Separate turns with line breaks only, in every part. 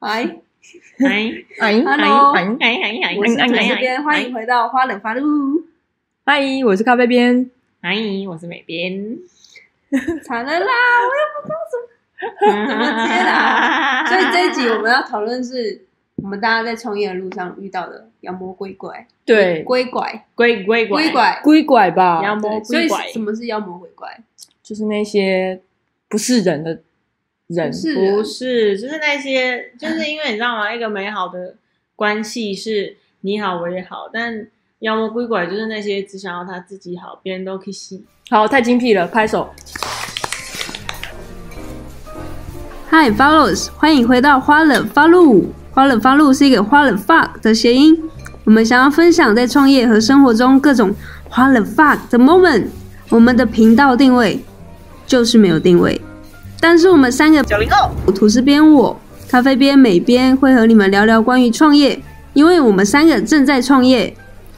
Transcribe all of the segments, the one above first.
哎
哎
哎
Hello
哎哎
哎哎哎，
我是
哎
主
哎
这边，欢迎回到花冷发露。
嗨，我是咖啡边。
哎，我是美 边。
惨了啦，我
怎
么接
啊
啦 要所以这一集我们要讨论是我们大家在创业的路上遇到的妖魔鬼怪、
对，
鬼怪、
鬼鬼
鬼怪。
鬼拐吧，
妖魔
所
鬼
以
怪
什，么是妖魔鬼怪？
就是那些不是人的人
不。是
不
人
是，就是那些，就是因为你知道吗？一个美好的关系是你好我也好，但妖魔鬼怪就是那些只想要他自己好，别人都可以吸。
好，太精辟了，拍手。
Hi Follows，欢迎回到花冷发露。花冷发露是一个花冷 fuck 的谐音，我们想要分享在创业和生活中各种花冷 fuck 的 moment。我们的频道定位就是没有定位，但是我们三个九零后，吐司边我，咖啡边美边会和你们聊聊关于创业，因为我们三个正在创业。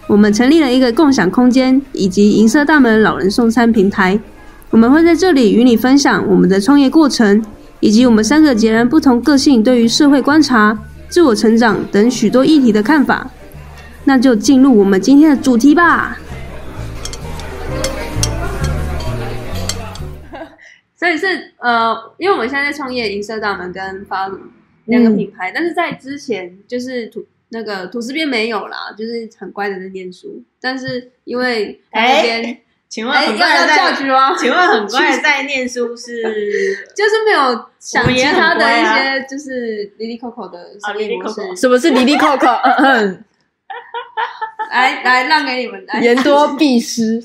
我们成立了一个共享空间以及银色大门老人送餐平台，我们会在这里与你分享我们的创业过程，以及我们三个截然不同个性对于社会观察、自我成长等许多议题的看法。那就进入我们今天的主题吧。 所以是呃，因为我们现在在创业，银色大门跟发鲁两个品牌，但是在之前就是土那个土司边没有啦，就是很乖的在念书，但是因为那边
请问
哎
很
要
怪
要
的
下
在，
去吗？
请问很怪的在念书 是
就是没有想
我们
其
也很
他的
乖
一
啊
些，就是 Lily Coco 的商业模式。
Lily Coco
什么是离离扣 扣？嗯
来来，让给你们来
嗯，。言多必 失。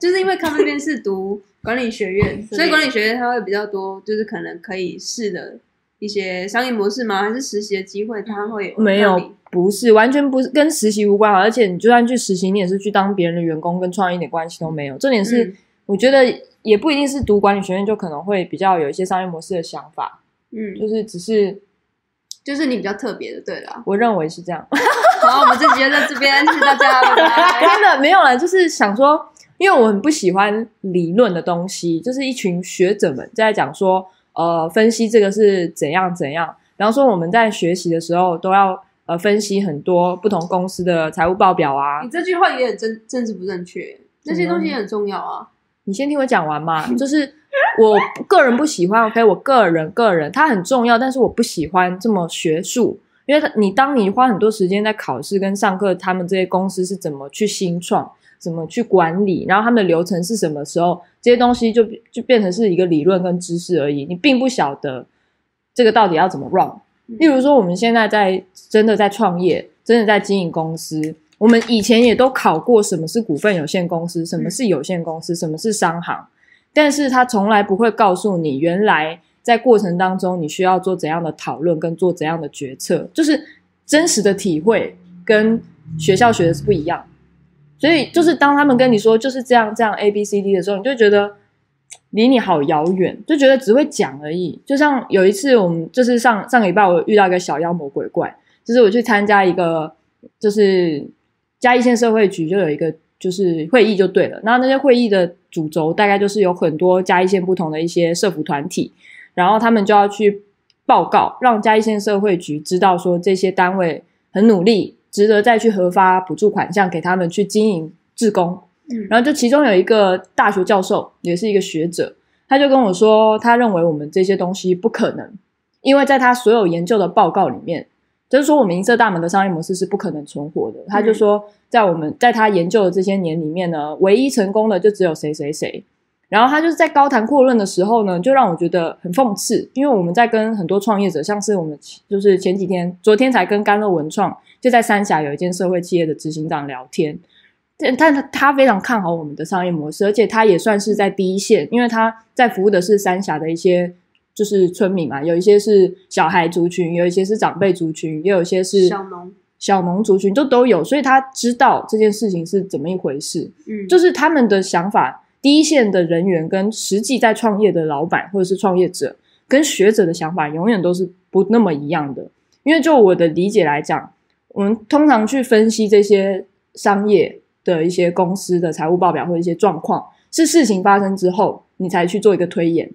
就是因为咖啡店是读管理学 院，
是的
所以管理学院它会比较多，就是可能可以试的一些商业模式吗？还是实习的机会？它会
嗯
有
没
让
有
你，
不是，完全不是跟实习无关啊。而且你就算去实习，你也是去当别人的员工，跟创业一点关系都没有。重点是，
嗯
我觉得也不一定是读管理学院就可能会比较有一些商业模式的想法，
嗯，
就是只是
就是你比较特别的，对啦。
我认为是这样。
好，我们这集就在这边，谢谢大家，拜 拜。
真的没有啦，就是想说，因为我很不喜欢理论的东西，就是一群学者们在讲说，呃，分析这个是怎样怎样，然后说我们在学习的时候都要呃分析很多不同公司的财务报表啊
你。这句话有点政政治不正确，这些东西也很重要啊。
你先听我讲完嘛，就是我个人不喜欢，OK，我个人个人它很重要，但是我不喜欢这么学术。因为它你当你花很多时间在考试跟上课，他们这些公司是怎么去新创、怎么去管理，然后他们的流程是什么时候，这些东西就就变成是一个理论跟知识而已，你并不晓得这个到底要怎么 run。例如说，我们现在在真的在创业，真的在经营公司，我们以前也都考过什么是股份有限公司，什么是有限公司，什么是商行，但是他从来不会告诉你原来。在过程当中，你需要做怎样的讨论跟做怎样的决策，就是真实的体会跟学校学的是不一样。所以就是当他们跟你说就是这样这样 A B C D 的时候，你就觉得嘖离你好遥远，就觉得只会讲而已。就像有一次我们就是上上个礼拜我遇到一个小妖魔鬼怪，就是我去参加一个就是嘉义县社会局就有一个就是会议就对了，然后那些会议的主轴大概就是有很多嘉义县不同的一些社服团体，然后他们就要去报告，让嘉义县社会局知道说这些单位很努力，值得再去核发补助款项给他们去经营志工。
嗯
然后就其中有一个大学教授，也是一个学者，他就跟我说，他认为我们这些东西不可能，因为在他所有研究的报告里面，就是说我们银色大门的商业模式是不可能存活的。他就说，在我们在他研究的这些年里面呢，唯一成功的就只有谁谁谁。然后他就是在高谈阔论的时候呢，就让我觉得很讽刺，因为我们在跟很多创业者，像是我们就是前几天、昨天才跟甘乐文创就在三峡有一间社会企业的执行长聊天，但但他他非常看好我们的商业模式，而且他也算是在第一线，因为他在服务的是三峡的一些就是村民嘛，有一些是小孩族群，有一些是长辈族群，也有一些是
小农
小农族群，就都有，所以他知道这件事情是怎么一回事。
嗯，
就是他们的想法，第一线的人员跟实际在创业的老板或者是创业者跟学者的想法，永远都是不那么一样的。因为就我的理解来讲，我们通常去分析这些商业的一些公司的财务报表或一些状况，是事情发生之后你才去做一个推演。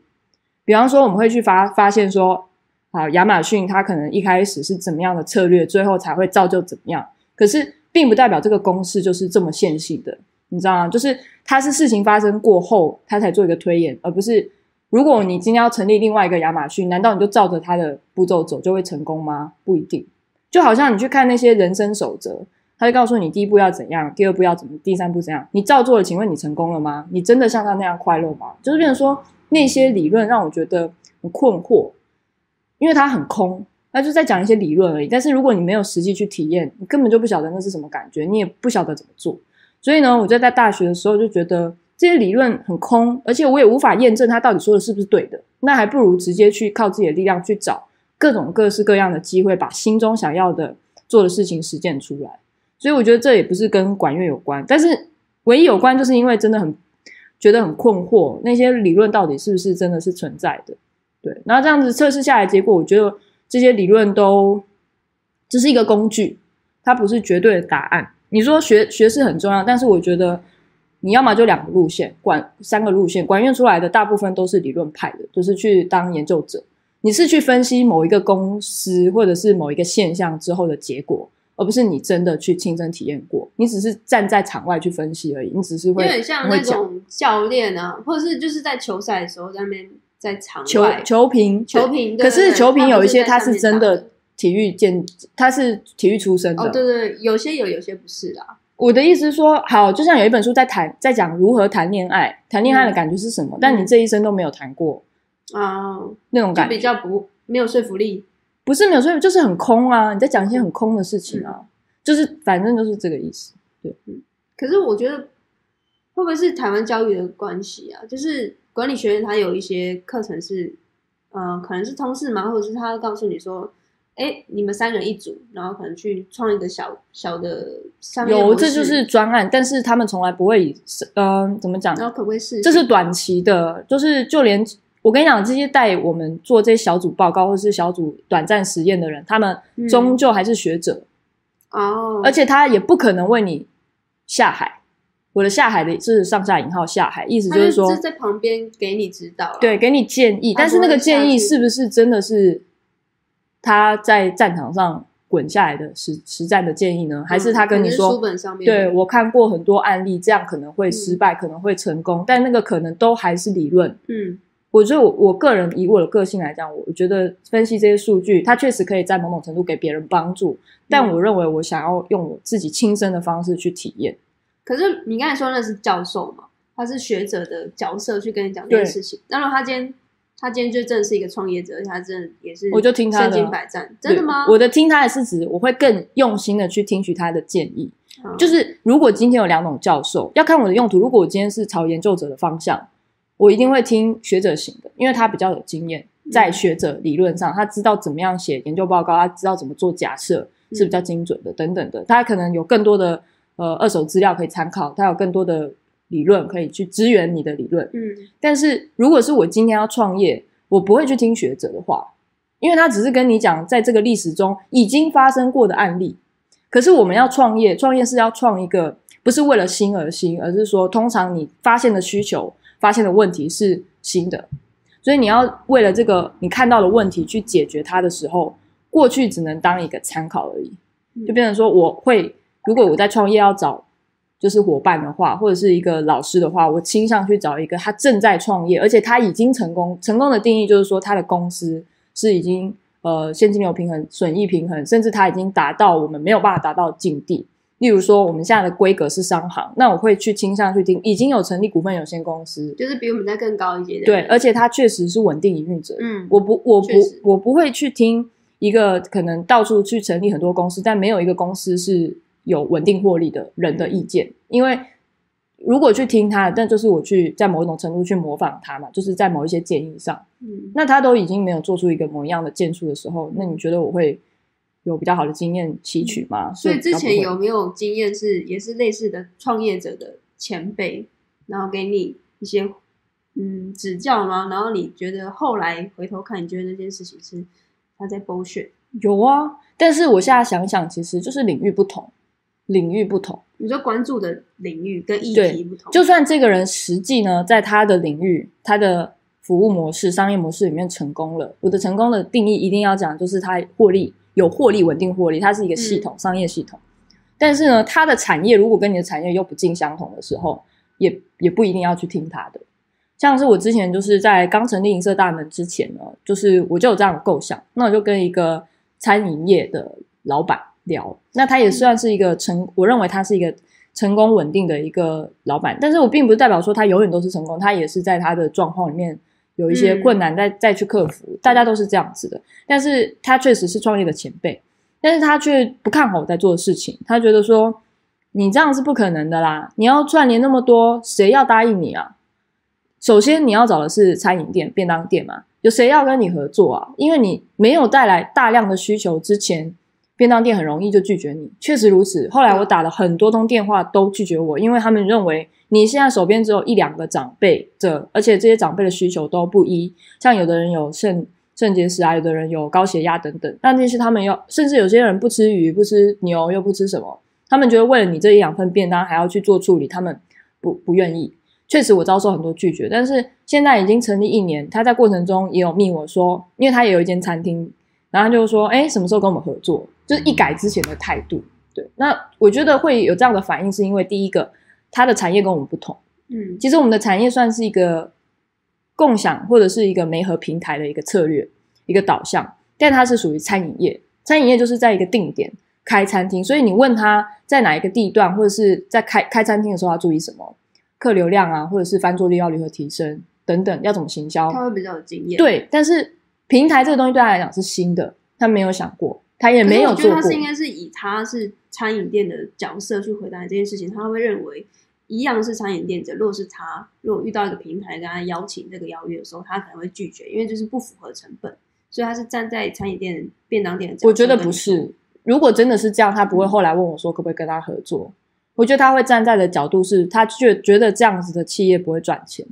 比方说，我们会去发发现说，啊，亚马逊它可能一开始是怎么样的策略，最后才会造就怎么样。可是，并不代表这个公式就是这么线性的，你知道吗？就是它是事情发生过后，它才做一个推演，而不是如果你今天要成立另外一个亚马逊，难道你就照着它的步骤走就会成功吗？不一定。就好像你去看那些人生守则，他就告诉你第一步要怎样，第二步要怎么，第三步怎样。你照做了，请问你成功了吗？你真的像他那样快乐吗？就是变成说那些理论让我觉得很困惑，因为它很空，那就在讲一些理论而已。但是如果你没有实际去体验，你根本就不晓得那是什么感觉，你也不晓得怎么做。所以呢，我就在大学的时候就觉得这些理论很空，而且我也无法验证他到底说的是不是对的。那还不如直接去靠自己的力量去找各种各式各样的机会，把心中想要的做的事情实践出来。所以我觉得这也不是跟管乐有关，但是唯一有关就是因为真的很觉得很困惑，那些理论到底是不是真的是存在的？对，然后这样子测试下来，结果我觉得这些理论都只是一个工具，它不是绝对的答案。你说学学识很重要，但是我觉得你要么就两个路线，管三个路线，管院出来的大部分都是理论派的，就是去当研究者。你是去分析某一个公司或者是某一个现象之后的结果，而不是你真的去亲身体验过。你只是站在场外去分析而已，你只是
有
会
点像
会
那
讲
种教练啊，或者是就是在球赛的时候在那边在场
球
外
球评
球评，对
可是球评有一些
他
他
不在
是
上
真
面
的体育健，他是体育出身
打
的。
的哦，对对，有些有，有些不是啦。
我的意思是说，好，就像有一本书在谈，在讲如何谈恋爱，谈恋爱的感觉是
嗯
什么，但你这一生都没有谈过
啊、
那种
就
感
比
觉，
较不没有说服力。
不是没有，所以就是很空啊，你在讲一些很空的事情
嗯
啊，就是反正就是这个意思。
可是我觉得会不会是台湾教育的关系啊？就是管理学院它有一些课程是，呃，可能是通识嘛，或者是他告诉你说，哎，你们三个人一组，然后可能去创一个小小的商业
有，
模式
这就是专案，但是他们从来不会以，嗯、怎么讲，
然后可不可以试试？
这是短期的，就是就连我跟你讲，这些带我们做这些小组报告或是小组短暂实验的人，他们
嗯
终究还是学者，
哦，
而且他也不可能为你下海。我的下海的是上下引号下海，意思
他
就是说，
在旁边给你指导啦，
对，给你建议，
他
但是
不
那
会
个建议
下去
是不是真的是他在战场上滚下来的实实战的建议呢？还
嗯
是他跟
可能
你
是
说
书，本上面
对我看过很多案例，这样可能
嗯
会失败，可能会成功，但那个可能都还是理论。
嗯
我觉得我我个人以我的个性来讲，我觉得分析这些数据，它确实可以在某种程度给别人帮助，但
嗯
我认为我想要用我自己亲身的方式去体验。
可是你刚才说那是教授嘛，他是学者的角色去跟你讲这件
对
事情。那如果他今天他今天就真的是一个创业者，而且他真的也是，
我就听他的
身
啊
经百战，真的
对
吗？
我的听他的是指我会更用心的去听取他的建议。
嗯
就是如果今天有两种教授，要看我的用途。如果我今天是朝研究者的方向，我一定会听学者型的，因为他比较有经验，在学者理论上，他知道怎么样写研究报告，他知道怎么做假设是比较精准的，等等的。他可能有更多的呃二手资料可以参考，他有更多的理论可以去支援你的理论。
嗯
但是如果是我今天要创业，我不会去听学者的话，因为他只是跟你讲在这个历史中已经发生过的案例。可是我们要创业，创业是要创一个不是为了新而新，而是说通常你发现的需求、发现的问题是新的，所以你要为了这个你看到的问题去解决它的时候，过去只能当一个参考而已，就变成说我会，如果我在创业要找就是伙伴的话，或者是一个老师的话，我倾向去找一个他正在创业，而且他已经成功。成功的定义就是说他的公司是已经呃现金流平衡、损益平衡，甚至他已经达到我们没有办法达到的境地。例如说，我们现在的规格是商行，那我会去倾向去听已经有成立股份有限公司，
就是比我们再更高一阶的
对，
人，
而且它确实是稳定营运者，
嗯，
我不，我不
确实，
我不会去听一个可能到处去成立很多公司，但没有一个公司是有稳定获利的人的意见，因为如果去听他，但就是我去在某种程度去模仿他嘛，就是在某一些建议上，
嗯
那他都已经没有做出一个模样的建树的时候，那你觉得我会有比较好的经验吸取吗？
嗯所以之前
我比较
有没有经验是也是类似的创业者的前辈，然后给你一些嗯指教吗？然后你觉得后来回头看，你觉得那件事情是他在剥削？
不会有啊，但是我现在想想，其实就是领域不同，领域不同。
你说关注的领域跟议
对
题不同，
就算这个人实际呢，在他的领域、他的服务模式、商业模式里面成功了。我的成功的定义一定要讲，就是它获利有获利、稳定获利，它是一个系统、商业系统。但是呢，它的产业如果跟你的产业又不尽相同的时候，也也不一定要去听它的。像是我之前就是在刚成立银色大门之前呢，就是我就有这样的构想，那我就跟一个餐饮业的老板聊，那他也算是一个成，我认为他是一个成功稳定的一个老板，但是我并不代表说他永远都是成功，他也是在他的状况里面有一些困难再再去克服，大家都是这样子的，但是他确实是创业的前辈，但是他却不看好我在做的事情，他觉得说你这样是不可能的啦，你要赚连那么多，谁要答应你啊？首先你要找的是餐饮店、便当店嘛，有谁要跟你合作啊？因为你没有带来大量的需求之前，便当店很容易就拒绝你。确实如此，后来我打了很多通电话都拒绝我，因为他们认为你现在手边只有一两个长辈的，而且这些长辈的需求都不一，像有的人有肾肾结石啊，有的人有高血压等等，那这些他们要，甚至有些人不吃鱼、不吃牛又不吃什么，他们觉得为了你这一两份便当还要去做处理，他们不不愿意。确实我遭受很多拒绝，但是现在已经成立一年，他在过程中也有密我说，因为他也有一间餐厅，然后他就说，哎，什么时候跟我们合作？就是一改之前的态度。对，那我觉得会有这样的反应，是因为第一个，它的产业跟我们不同。
嗯
其实我们的产业算是一个共享或者是一个媒合平台的一个策略、一个导向，但它是属于餐饮业。餐饮业就是在一个定点开餐厅，所以你问他在哪一个地段，或者是在开开餐厅的时候要注意什么，客流量啊，或者是翻桌率要如何提升等等，要怎么行销，
他会比较有经验。，
对。但是平台这个东西对他来讲是新的，他没有想过，他也
可是
没有
我觉
做
得
过
他。是应该是以他是餐饮店的角色去回答这件事情，他会认为一样是餐饮店者，如果是他，如果遇到一个平台跟他邀请这个邀约的时候，他可能会拒绝，因为就是不符合成本，所以他是站在餐饮店、便当店的角色。
我觉得不，是。如果真的是这样，他不会后来问我说可不可以跟他合作。我觉得他会站在的角度是，他觉觉得这样子的企业不会赚钱。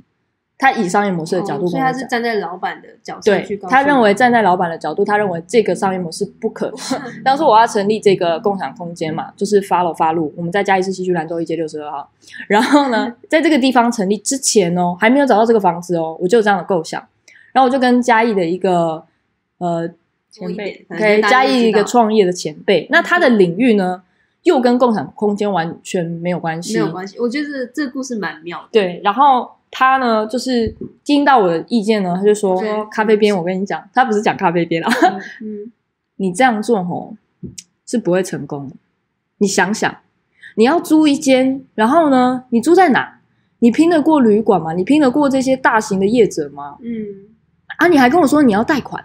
他以商业模式的角度
哦所
跟
以
我
他
讲
是，站在老板的角色去
对
告诉
他认为
你
站在老板的角度，他认为这个商业模式不可能。当时我要成立这个共享空间嘛，就是发楼发路，我们在嘉义市西区兰州一街六十二号。然 后呢，在这个地方成立之前哦，还没有找到这个房子哦，我就有这样的构想。然后我就跟嘉义的一个呃
多一点，可
给
能大
嘉
家
义
就
一个
知道
创业的前辈，那他的领域呢，又跟共享空间完全没有关系，
没有关系。我觉得这故事蛮妙的。
对，然后他呢，就是听到我的意见呢，他就说
对
咖啡边，我跟你讲，他不是讲咖啡边啊，
嗯，
你这样做吼是不会成功的。你想想，你要租一间，然后呢，你租在哪？你拼得过旅馆吗？你拼得过这些大型的业者吗？
嗯，
啊，你还跟我说你要贷款，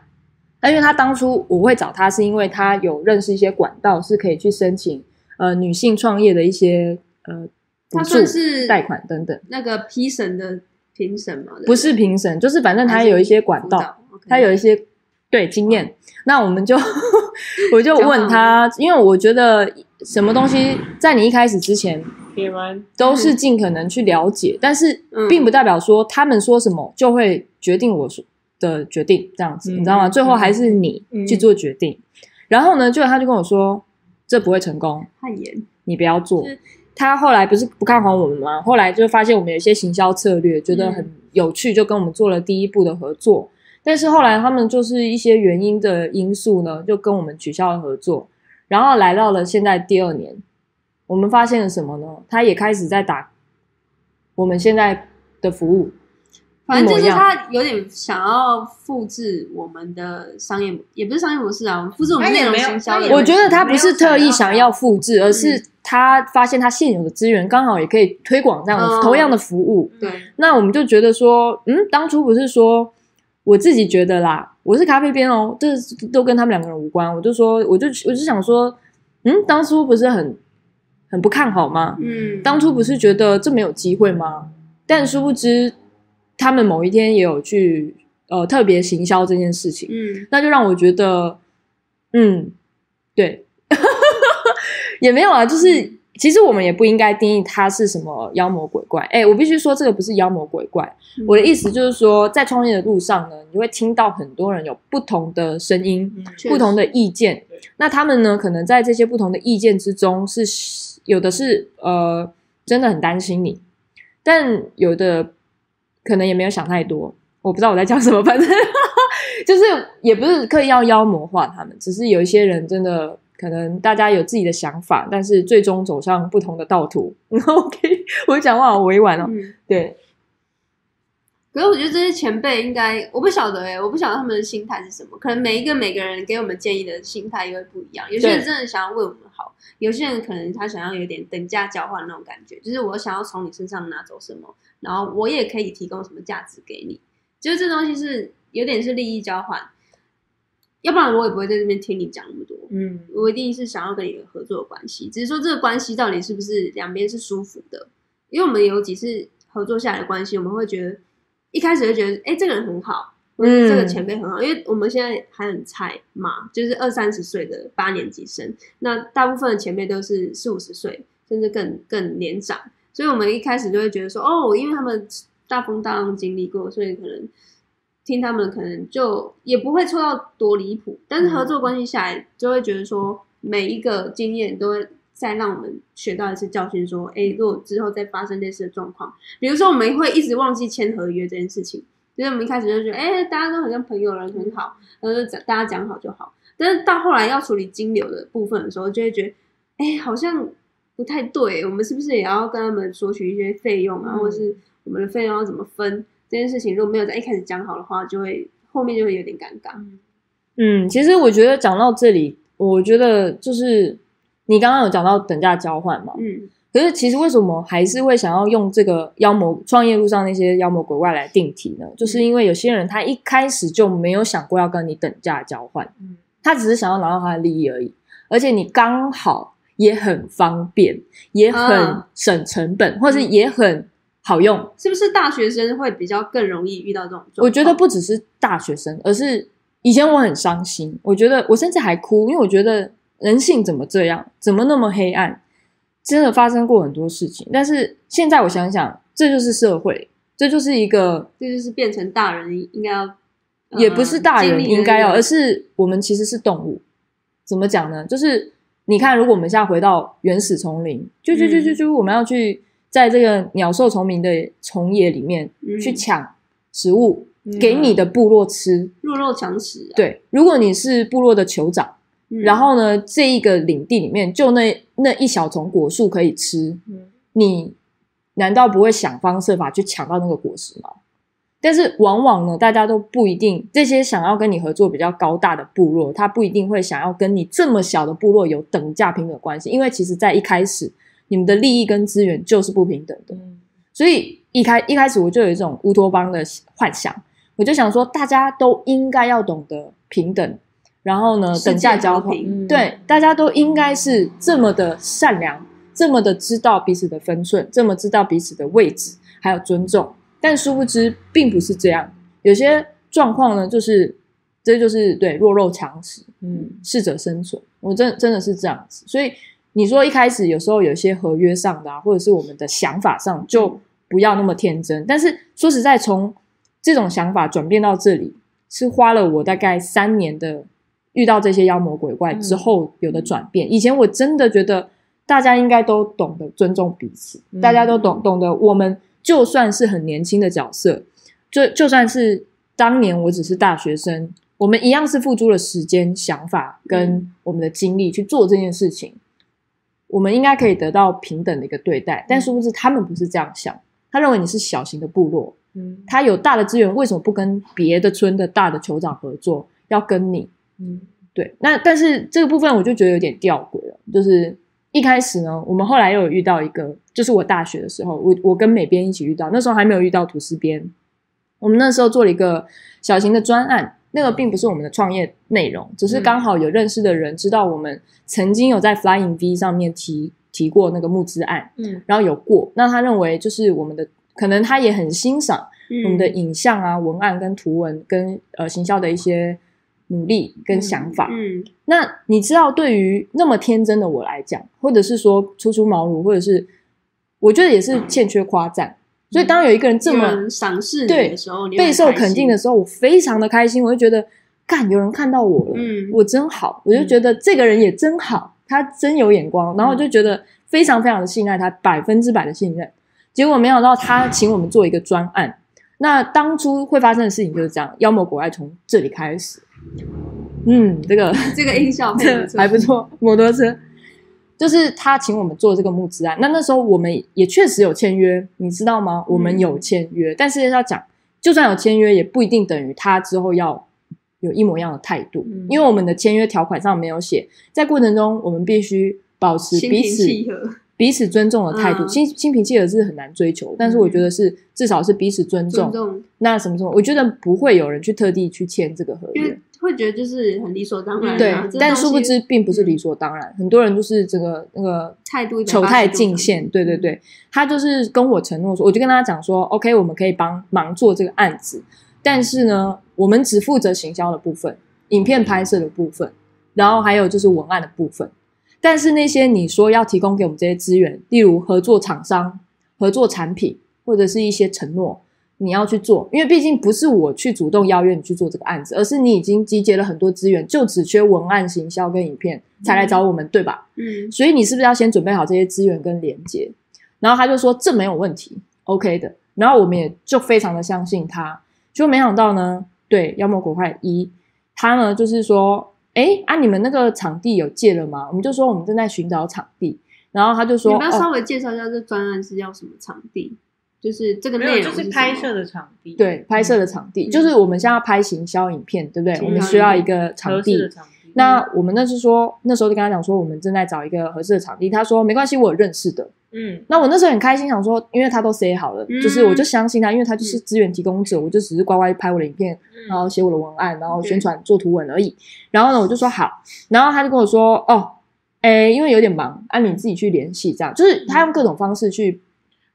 那因为他当初我会找他，是因为他有认识一些管道，是可以去申请呃女性创业的一些呃补
他
助
算、是
贷款等等，
那个批审的评审嘛，对
不
对
是评审，就是反正
还
他
是
有一些管道，
o k
他有一些对经验。那我 们就我就
讲
问
好
他，因为我觉得什么东西在你一开始之前
铁丸
都是尽可能去了解，但是
嗯
并不代表说他们说什么就会决定我说的决定，这样子、
嗯
你知道吗？最后还是你去做决定。然后呢，就他就跟我说，这不会成功，
汗颜，
你不要做
是。
他后来不是不看好我们吗？后来就发现我们有一些行销策略，觉得
嗯
很有趣，就跟我们做了第一步的合作。但是后来他们就是一些原因的因素呢，就跟我们取消了合作。然后来到了现在第二年，我们发现了什么呢？他也开始在打我们现在的服务，
反正就
一模
是
一样
他有点想要复制我们的商业，也不是商业模式啊，复制我们
他
内
也
容
没有
行销
他
的
也
模
没
式。
有
我觉得他
没
不
有想
是特意
要
想
想
要
要
复制，而
嗯
是他发现他现有的资源刚好也可以推广这样的
嗯
同样的服务。
对，
那我们就觉得说，嗯，当初不是说我自己觉得啦，我是咖啡边哦，这都跟他们两个人无关。我就说，我就我就想说，嗯，当初不是很很不看好吗？
嗯，
当初不是觉得这没有机会吗？但殊不知，他们某一天也有去呃特别行销这件事情，
嗯
那就让我觉得，嗯，对， 也没有啊，就是其实我们也不应该定义它是什么妖魔鬼怪。哎，我必须说，这个不是妖魔鬼怪。
嗯
我的意思就是说，在创业的路上呢，你就会听到很多人有不同的声音、
嗯
确实
不同的意见
对。
那他们呢，可能在这些不同的意见之中是，有的是呃真的很担心你，但有的可能也没有想太多。我不知道我在讲什么，反正 就是也不是刻意要妖魔化他们，只是有一些人真的可能大家有自己的想法，但是最终走上不同的道途。OK，我讲话好委婉哦。
嗯，
对，
可是我觉得这些前辈应该，我不晓得哎、我不晓得他们的心态是什么。可能每一个每个人给我们建议的心态也会不一样。有些人
对
真的想要为我们好，有些人可能他想要有点等价交换那种感觉，就是我想要从你身上拿走什么，然后我也可以提供什么价值给你。就是这东西是有点是利益交换，要不然我也不会在这边听你讲那么多。
嗯，
我一定是想要跟你有合作的关系，只是说这个关系到底是不是两边是舒服的？因为我们有几次合作下来的关系，我们会觉得一开始会觉得，哎、这个人很好，
嗯
这个前辈很好，因为我们现在还很菜嘛，就是二三十岁的八年级生，那大部分的前辈都是四五十岁，甚至更更年长，所以我们一开始就会觉得说，哦，因为他们大风大浪经历过，所以可能听他们可能就也不会错到多离谱，但是合作关系下来，就会觉得说每一个经验都会再让我们学到一次教训，说，哎，如果之后再发生类似的状况，比如说我们会一直忘记签合约这件事情，就是我们一开始就觉得，哎，大家都很像朋友人很好，然后就讲大家讲好就好，但是到后来要处理金流的部分的时候，就会觉得，哎，好像不太对，我们是不是也要跟他们索取一些费用啊，
嗯
或是我们的费用要怎么分这件事情？如果没有在一开始讲好的话，就会后面就会有点尴尬。
嗯，其实我觉得讲到这里，我觉得就是你刚刚有讲到等价交换嘛，
嗯
可是其实为什么还是会想要用这个妖魔创业路上那些妖魔鬼怪来定题呢？就是因为有些人他一开始就没有想过要跟你等价交换，
嗯
他只是想要拿到他的利益而已，而且你刚好也很方便，也很
嗯
省成本，或是也很好用。
是不是大学生会比较更容易遇到这种状况？
我觉得不只是大学生，而是以前我很伤心，我觉得我甚至还哭，因为我觉得人性怎么这样，怎么那么黑暗？真的发生过很多事情，但是现在我想想，这就是社会，这就是一个
这就是变成大人应该要，呃
也不是大人应该要，而
经历的那个
是我们其实是动物。怎么讲呢？就是你看，如果我们现在回到原始丛林，就就就就
嗯
就我们要去在这个鸟兽虫鸣的丛野里面
嗯
去抢食物、
嗯
给你的部落吃。
弱肉强食、啊。
对，如果你是部落的酋长，
嗯
然后呢，这一个领地里面就那那一小丛果树可以吃，
嗯
你难道不会想方设法去抢到那个果实吗？但是往往呢，大家都不一定，这些想要跟你合作比较高大的部落，他不一定会想要跟你这么小的部落有等价平等的关系，因为其实在一开始，你们的利益跟资源就是不平等的。
嗯
所以一开一开始我就有一种乌托邦的幻想，我就想说大家都应该要懂得平等，然后呢
世界
等价交
和
换，
平
嗯
嗯
对，大家都应该是这么的善良，这么的知道彼此的分寸，这么知道彼此的位置，还有尊重。但殊不知并不是这样，有些状况呢，就是这就是对弱肉强食，
嗯
适者生存。我真真的是这样子，所以你说一开始有时候有些合约上的啊，或者是我们的想法上，就不要那么天真。但是说实在，从这种想法转变到这里，是花了我大概三年的遇到这些妖魔鬼怪之后有的转变。以前我真的觉得大家应该都懂得尊重彼此，
嗯
大家都懂懂得我们就算是很年轻的角色，就就算是当年我只是大学生，我们一样是付出了时间、想法跟我们的精力去做这件事情。我们应该可以得到平等的一个对待，但殊不知他们不是这样想。他认为你是小型的部落，
嗯
他有大的资源，为什么不跟别的村的大的酋长合作，要跟你？
嗯
对，那但是这个部分我就觉得有点吊诡了，就是一开始呢，我们后来又有遇到一个，就是我大学的时候，我我跟美编一起遇到，那时候还没有遇到吐司编，我们那时候做了一个小型的专案，那个并不是我们的创业内容，
嗯
只是刚好有认识的人知道我们曾经有在 Flying V 上面提提过那个募资案，
嗯
然后有过，那他认为就是我们的，可能他也很欣赏。
嗯
我们的影像啊、文案跟图文跟呃行销的一些努力跟想法。
嗯
那你知道，对于那么天真的我来讲，或者是说初出茅庐，或者是我觉得也是欠缺夸赞。所以当有一个人这
有
么
人赏识你
对
的时候，你会
备
很
受
开
肯
心
定的，时候，我非常的开心，我就觉得干有人看到我了，
嗯
我真好，我就觉得这个人也真好，他真有眼
嗯
光，然后我就觉得非常非常的信赖他，百分之百的信任。结果没想到他请我们做一个专案，那当初会发生的事情就是这样，妖魔鬼怪从这里开始。嗯，这个
这个音效配得错
还不错，摩托车。就是他请我们做这个募资案，那那时候我们也确实有签约，你知道吗？我
嗯
们有签约，但是要讲，就算有签约，也不一定等于他之后要有一模一样的态度，
嗯
因为我们的签约条款上没有写，在过程中我们必须保持
心
彼
平
此
气和，
彼此尊重的态度，
嗯
心心平气和是很难追求，但是我觉得是至少是彼此尊重。
尊重，
那什么什么，我觉得不会有人去特地去签这个合
因
约
为，会觉得就是很理所当然啊。
对
这。
但
东西嗯
殊不知并不是理所当然，很多人就是这个那个
态度
丑
180
态
度
尽
的嗯
现，对对对，他就是跟我承诺说，我就跟他讲说，OK，我们可以帮忙做这个案子，但是呢，我们只负责行销的部分、影片拍摄的部分，然后还有就是文案的部分。但是那些你说要提供给我们这些资源，例如合作厂商、合作产品或者是一些承诺，你要去做，因为毕竟不是我去主动邀约你去做这个案子，而是你已经集结了很多资源，就只缺文案、行销跟影片才来找我们，对吧？
嗯，
所以你是不是要先准备好这些资源跟连接？然后他就说这没有问题，OK 的。然后我们也就非常的相信他，就没想到呢，对妖魔鬼怪一，他呢就是说，哎啊，你们那个场地有借了吗？我们就说我们正在寻找场地，然后他就
你
说，
要不要
哦
稍微介绍一下这专案是要什么场地？就是这个
没
内
有，
容
就是
什
拍
么
摄的场地，
对，拍摄的场地、
嗯
就是我们现在要拍行销影片，对不对？
行销
我们需要一个
合
场
适的
地。
场地。
那我们那是说，那时候就跟他讲说，我们正在找一个合适的场地。他说没关系，我有认识的。
嗯，
那我那时候很开心，想说，因为他都 say 好了，
嗯
就是我就相信他，因为他就是资源提供者，我就只是乖乖拍我的影片，
嗯
然后写我的文案，然后宣传做图文而已。然后呢，我就说好，然后他就跟我说，哦，哎，因为有点忙，啊，你自己去联系，这样，就是他用各种方式去，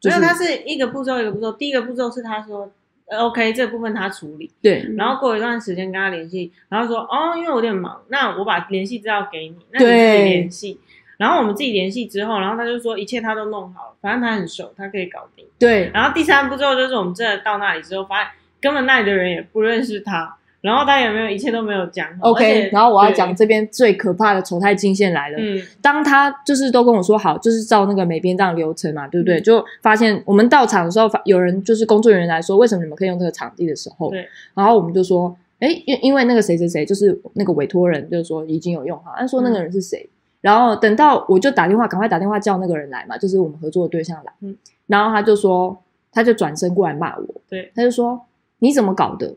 就
没
是
有，它是一个步骤一个步骤。第一个步骤是他说呃 OK 这部分他处理，
嗯
对
然后过一段时间跟他联系，然后说哦，因为我有点忙，那我把联系资料给你，那你自
对
己联系。然后我们自己联系之后，然后他就说一切他都弄好了，反正他很熟，他可以搞定。
对
然后第三步骤就是我们真的到那里之后，发现根本那里的人也不认识他，然后他也没有一切都没有讲好。而
，OK。
且
然后我要
对
讲这边最可怕的丑态进线来了，
嗯，
当他就是都跟我说好，就是照那个美编这样流程嘛，对不
嗯
对？就发现我们到场的时候，发有人就是工作人员来说，为什么你们可以用这个场地的时候
对，
然后我们就说，哎，因因为那个谁谁谁，就是那个委托人，就是说已经有用好，他说那个人是谁，
嗯
然后等到我就打电话，赶快打电话叫那个人来嘛，就是我们合作的对象来，
嗯
然后他就说，他就转身过来骂我，
对，
他就说你怎么搞的？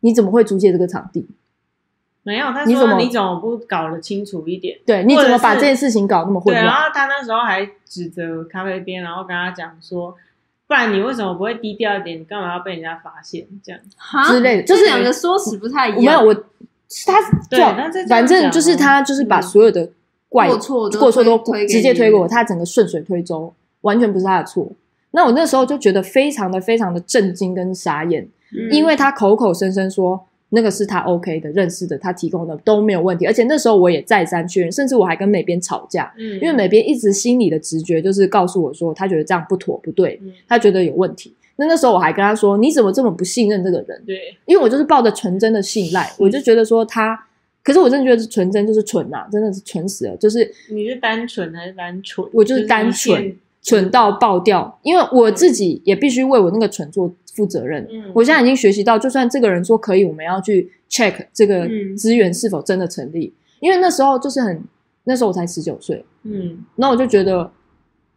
你怎么会租借这个场地？
没有。他
你怎么
说你怎么不搞得清楚一点？
对，你
或
怎
者
么把
是
这件事情搞那么混
对，然
乱？
后他那时候还指责咖啡边，然后跟他讲说，不然你为什么不会低调一点？你干嘛要被人家发现？这样
哈
之类的就是
这两个说辞不太一
我没有，
样。
我是他
对
叫
那这这样
反正
讲
就是
哦
他就是把所有的怪
嗯过错都
过错都
推推给
直接
你
推给我，他整个顺水推舟，完全不是他的错。那我那时候就觉得非常的非常的震惊跟傻眼，
嗯
因为他口口声声说那个是他 OK 的、认识的、他提供的都没有问题，而且那时候我也再三确认，甚至我还跟美编吵架，
嗯，
因为美编一直心里的直觉就是告诉我说他觉得这样不妥不对，
嗯
他觉得有问题。那那时候我还跟他说你怎么这么不信任这个人？
对，
因为我就是抱着纯真的信赖，我就觉得说他，可是我真的觉得纯真就是蠢呐、真的是蠢死了，就是
你是单纯还是单蠢？
我就是单纯
一线，
蠢到爆掉。因为我自己也必须为我那个蠢做负责任。
嗯
我现在已经学习到，就算这个人说可以，我们要去 check 这个
嗯
资源是否真的成立。因为那时候就是很，那时候我才十九岁，
嗯，
那我就觉得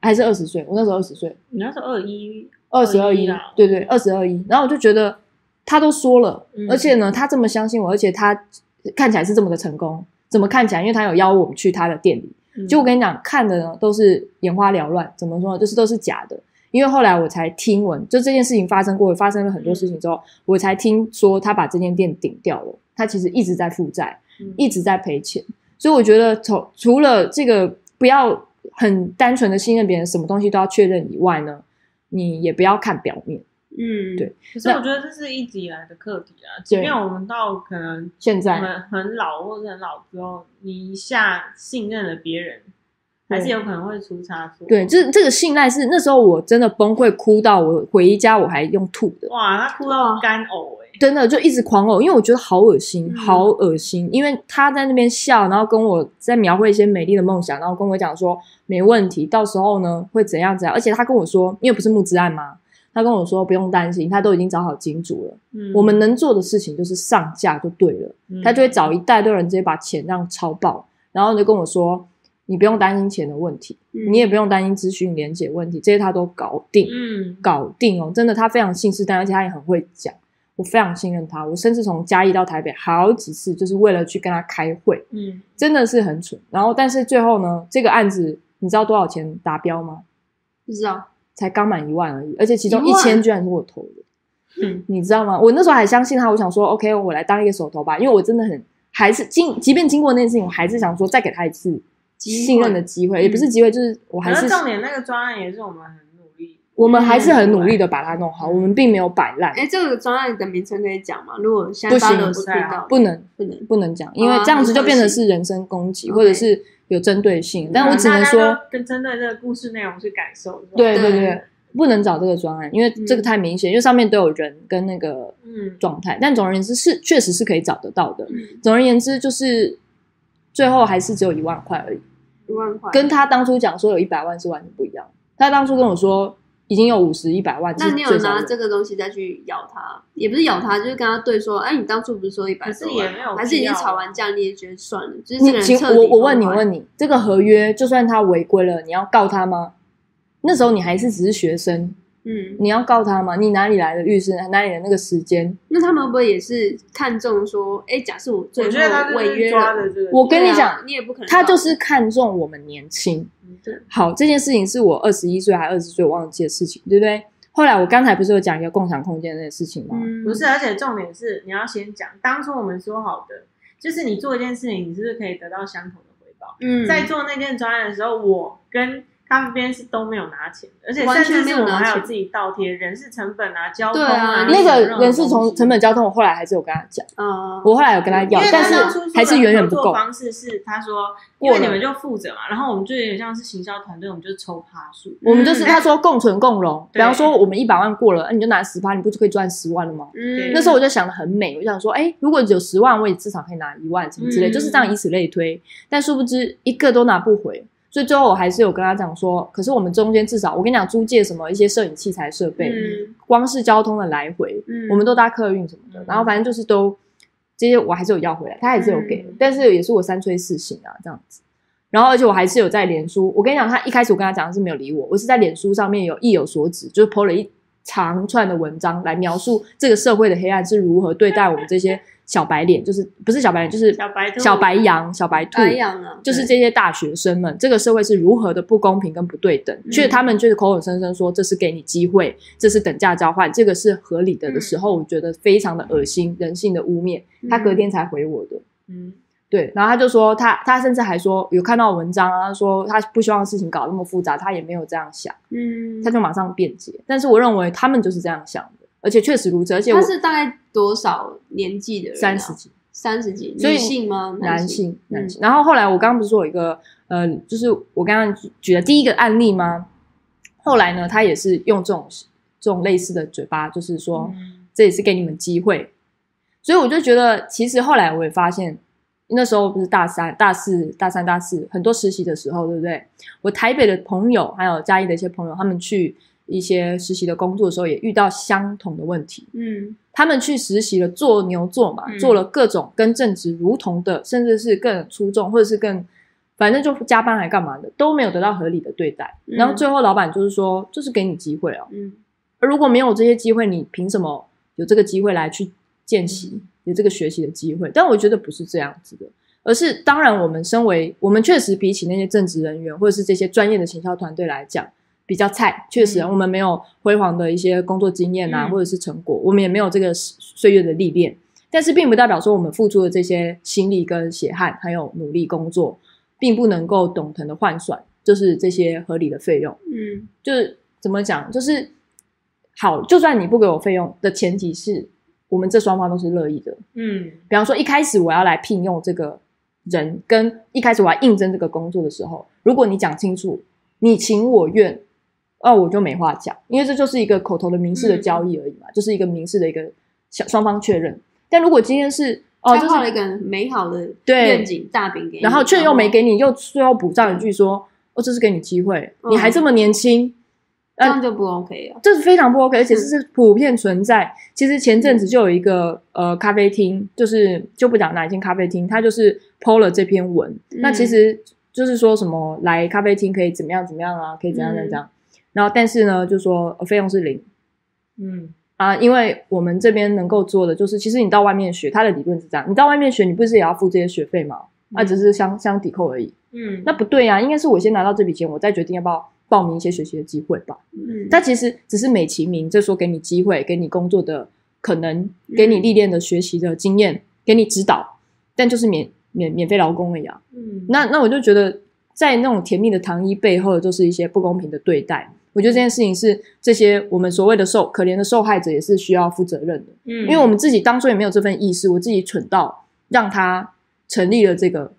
还是二十岁，我那时候二十岁，
你那时候二一，
二十二一
21
啊
啦，
对对，二十二一。然后我就觉得他都说了，
嗯
而且呢，他这么相信我，而且他看起来是这么的成功，怎么看起来？因为他有邀我们去他的店里，
嗯
就我跟你讲，看的呢都是眼花缭乱，怎么说呢？就是都是假的。因为后来我才听闻，就这件事情发生过，发生了很多事情之后，我才听说他把这间店顶掉了，他其实一直在负债。
嗯
一直在赔钱。所以我觉得从除了这个不要很单纯的信任别人，什么东西都要确认以外呢，你也不要看表面。
嗯，
对
可是我觉得这是一直以来的课题啊，即便我们到可能
现
我
在
们很老或者很老之后，你一下信任了别人，还是有可能会出差错。
对，这这个信赖是那时候我真的崩溃哭到我回家我还用吐的，
哇，他哭到干呕哎，
真的就一直狂呕，因为我觉得好恶心，
嗯
好恶心。因为他在那边笑，然后跟我在描绘一些美丽的梦想，然后跟我讲说没问题，到时候呢会怎样怎样。而且他跟我说，因为不是募资案吗？他跟我说不用担心，他都已经找好金主了，
嗯
我们能做的事情就是上架就对了。他就会找一大堆人直接把钱让超爆，然后就跟我说，你不用担心钱的问题，
嗯
你也不用担心资讯连接问题，这些他都搞定，
嗯
搞定哦，真的，他非常信誓旦旦，而且他也很会讲，我非常信任他，我甚至从嘉义到台北好几次，就是为了去跟他开会，
嗯
真的是很蠢。然后，但是最后呢，这个案子你知道多少钱达标吗？
不知道，
才刚满一万而已，而且其中
一
一
万
千居然是我投的。
嗯
你知道吗？我那时候还相信他，我想说，OK，我来当一个手头吧，因为我真的很还是经，即便经过那件事情，我还是想说再给他一次
机会嗯
信任的机会，也不是机会，就是我还
可是
是
重点那个专案也是我们很努力，
我们还是很努力的把它弄好，我们并没有摆烂，
哎，这个专案的名称可以讲吗？如果现
不
在
行
follow
不
是
在
听
啊
到的，
不能
不能，
不能讲，因为
啊
这样子就变成
很可惜
是人身攻击，
OK
或者是有针对性。但我只能
大
说
家，都跟针对这个故事内容去感受，是吧
对对
对
对，不能找这个专案，因为这个
嗯
太明显，因为上面都有人跟那个
嗯
状态。但总而言之是，确实是可以找得到的。
嗯
总而言之，就是最后还是只有一万块而已，
一万块，
跟他当初讲说有一百万是完全不一样。他当初跟我说已经有五十、一百万，
那你有拿
这
这个东西再去咬他，也不是咬他，就是跟他对说，哎，你当初不是说一百
可是
多
也
万
没有
还是已
必
经
要啊
吵完架，你也觉得算了，就是这个
你
人
请
彻底
我我问你
崩坏
问你，这个合约就算他违规了，你要告他吗？那时候你还是只是学生，
嗯，
你要告他吗？你哪里来的律师？哪里来的那个时间？
那他们会不会也是看中说，哎，假设我最
我
后
觉得他就
违
是
约
抓
了，
的这个，
我跟
对
你
啊
讲，
你也不可能告，
他就是看中我们年轻，
嗯对
好，这件事情是我二十一岁还二十岁我忘记的事情，对不对？后来我刚才不是有讲一个共享空间的事情吗？
嗯，
不是，而且重点是你要先讲，当初我们说好的，就是你做一件事情，你是不是可以得到相同的回报？
嗯，
在做那件专案的时候，我跟咖啡边是都没有拿钱的，而且
完
甚
全
至
没有
是我们
拿
还
钱
有自己倒贴人事成本啊、交通
对啊
那
你
个人是
任
从成。
何东西
本交通，我后来还是有跟他讲，
呃，
我后来有跟他
因
要
为，
但是
他当初说
还是
的
远远
合
不
作
够。
方式是他说，因
过
为你
了
们就负责嘛，然后我们就有点像是行销团队，我们就抽趴数。
我们就是
嗯
他说共存共荣，比
对
方说我们一百万过了，那你就拿十趴，你不就可以赚十万了吗？
嗯，
那时候我就想的很美，我就想说，哎，如果只有十万，我也至少可以拿一万什么之类，
嗯
就是这样以此类推。但殊不知一个都拿不回，所以最后我还是有跟他讲说，可是我们中间至少我跟你讲租借什么一些摄影器材设备，
嗯
光是交通的来回，
嗯，
我们都搭客运什么的，
嗯
然后反正就是都这些我还是有要回来，他还是有给，
嗯
但是也是我三催四请啊这样子。然后而且我还是有在脸书，我跟你讲，他一开始我跟他讲的是没有理我，我是在脸书上面有意有所指，就是 PO 了一长串的文章来描述这个社会的黑暗是如何对待我们这些小白脸，就是不是小白脸，就是
小白兔
小白羊、小白兔。
白养啊，
就是这些大学生们，这个社会是如何的不公平跟不对等，
嗯
却他们就是口口声声说这是给你机会，这是等价交换，这个是合理
嗯
的的时候，我觉得非常的恶心，人性的污蔑。他隔天才回我的，
嗯，
对，然后他就说他他甚至还说有看到文章啊，他说他不希望事情搞那么复杂，他也没有这样想，
嗯，
他就马上辩解。但是我认为他们就是这样想的，而且确实如此，而且我
他是大概多少年纪的人啊？
三十几。
三十几，
所以
女性吗？
男
性，
性，嗯男性。然后后来我刚刚不是说有一个呃，就是我刚刚举举的第一个案例吗？后来呢，他也是用这种这种类似的嘴巴，就是说、
嗯
这也是给你们机会。所以我就觉得，其实后来我也发现，那时候不是大三、大四、大三、大四很多实习的时候，对不对？我台北的朋友还有嘉义的一些朋友，他们去一些实习的工作的时候，也遇到相同的问题。
嗯
他们去实习了做牛做马，
嗯
做了各种跟正职如同的，甚至是更出众，或者是更反正就加班还干嘛的，都没有得到合理的对待。
嗯
然后最后老板就是说，就是给你机会哦，
嗯
如果没有这些机会，你凭什么有这个机会来去见习，
嗯
有这个学习的机会？但我觉得不是这样子的，而是当然，我们身为我们确实比起那些正职人员或者是这些专业的行销团队来讲。比较菜，确实，
嗯
我们没有辉煌的一些工作经验啊，
嗯
或者是成果，我们也没有这个岁月的历练。但是，并不代表说我们付出的这些心力跟血汗，还有努力工作，并不能够懂得的换算，就是这些合理的费用。
嗯
就是怎么讲，就是好，就算你不给我费用的前提是我们这双方都是乐意的。
嗯
比方说，一开始我要来聘用这个人，跟一开始我要应征这个工作的时候，如果你讲清楚，你情我愿，那、我就没话讲，因为这就是一个口头的民事的交易而已嘛，就是一个民事的一个小双方确认。但如果今天是哦，
他
就
画了一
是
个美好的
对
愿景大饼给你，
然后却又没给你，又最后补上一句说：“哦，这是给你机会，你还这么年轻。”
这样就不 OK 了。
这是非常不 OK，而且
嗯
这
是
是普遍存在。其实前阵子就有一个呃咖啡厅，就是就不讲哪一间咖啡厅，它就是 PO 了这篇文。
嗯
那其实就是说什么来咖啡厅可以怎么样怎么样啊，可以怎样怎样怎样。然后但是呢，就说、呃费用是零
嗯
啊，因为我们这边能够做的就是，其实你到外面学，它的理论是这样，你到外面学，你不是也要付这些学费吗？那、
嗯
只是相相抵扣而已。
嗯，
那不对呀、啊，应该是我先拿到这笔钱，我再决定要不要报名一些学习的机会吧。
嗯
但其实只是美其名，这说给你机会，给你工作的可能，给你历
嗯
练的学习的经验，给你指导，但就是免免免费劳工而已啊。
嗯
那那我就觉得，在那种甜蜜的糖衣背后，就是一些不公平的对待。我觉得这件事情是这些我们所谓的受可怜的受害者也是需要负责任的，
嗯，
因为我们自己当初也没有这份意识，我自己蠢到让他成立了这个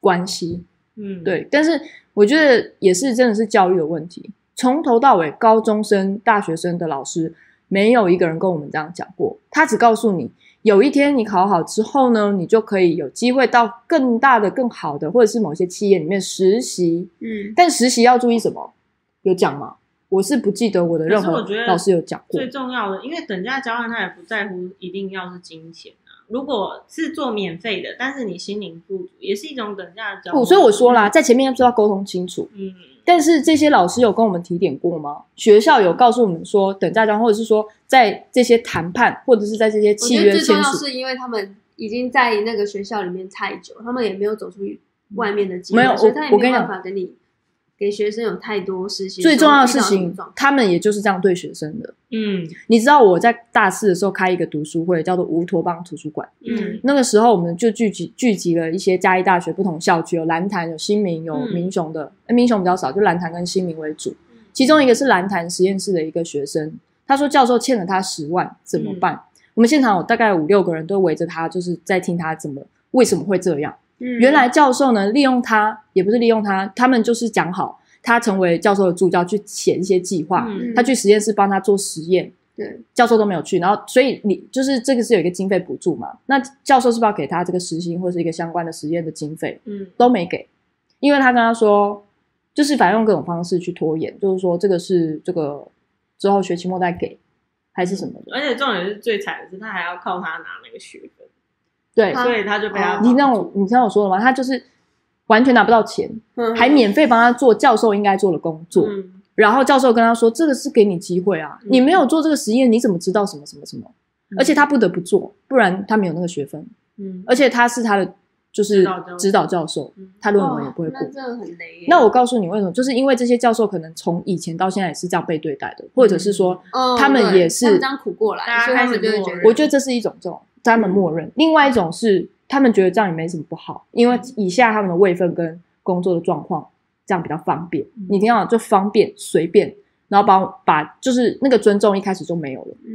关系。
嗯
对，但是我觉得也是真的是教育的问题，从头到尾，高中生、大学生的老师没有一个人跟我们这样讲过，他只告诉你，有一天你考好之后呢，你就可以有机会到更大的、更好的，或者是某些企业里面实习。
嗯，
但实习要注意什么？有讲吗？我是不记得我的任
可是
何
我觉得
老师有讲过
最。重要的，因为等价交换他也不在乎一定要是金钱啊。如果是做免费的，但是你心灵富足，也是一种等价交换。
哦不，所以我说啦，，在前面就要沟通清楚。
嗯
但是这些老师有跟我们提点过吗？学校有告诉我们说等价交换，或者是说在这些谈判，或者是在这些
我
契
觉得
约
最重
签
要
署，
是因为他们已经在那个学校里面太久，他们也没有走出外面的机会，
没有
所以他也
我
没有
我跟你
办法跟你给学生有太多实习
最重要的事
遇到的
情
状，况
他们也就是这样对学生的。
嗯
你知道我在大四的时候开一个读书会，叫做乌托邦图书馆。
嗯
那个时候我们就聚集聚集了一些嘉义大学不同校区，有蓝潭、有新民、有
嗯
民雄的，呃民雄比较少，就蓝潭跟新民为主
嗯。
其中一个是蓝潭实验室的一个学生，他说教授欠了他十万，怎
嗯
么办？我们现场有大概五六个人都围着他，就是在听他怎么为什么会这样。
嗯
原来教授呢，利用他也不是利用他，他们就是讲好他成为教授的助教去写一些计划，
嗯
他去实验室帮他做实验，
对
教授都没有去，然后所以你就是这个是有一个经费补助嘛，那教授是不是要给他这个实薪或是一个相关的实验的经费
嗯
都没给，因为他跟他说，就是反正用各种方式去拖延，就是说这个是这个之后学期末再给还是什么的，
而且重点是最惨的是，他还要靠他拿那个学分，
对，
啊
所以他就被他
哦你知道我你知道我说了吗？他就是完全拿不到钱，
嗯
还免费帮他做教授应该做的工作，
嗯
然后教授跟他说这个是给你机会啊，
嗯
你没有做这个实验，你怎么知道什么什么什么？
嗯
而且他不得不做，不然他没有那个学分。
嗯
而且他是他的就是
指导教授
指导教授，
嗯
他论文也不会
哇
过
哦那。真的很雷耶。
那我告诉你为什么，就是因为这些教授可能从以前到现在也是这样被对待的，或者是
嗯
说，
哦
他们
对
也是
他们这样苦过来，
大家
所以他们
开
就会
始默
觉得
认
我觉得这是一种这种他们默
嗯
认；另外一种是他们觉得这样也没什么不好，因为
嗯
以下他们的位分跟工作的状况，这样比较方便
嗯。
你听好，就方便随便，然后把把就是那个尊重一开始就没有了。
嗯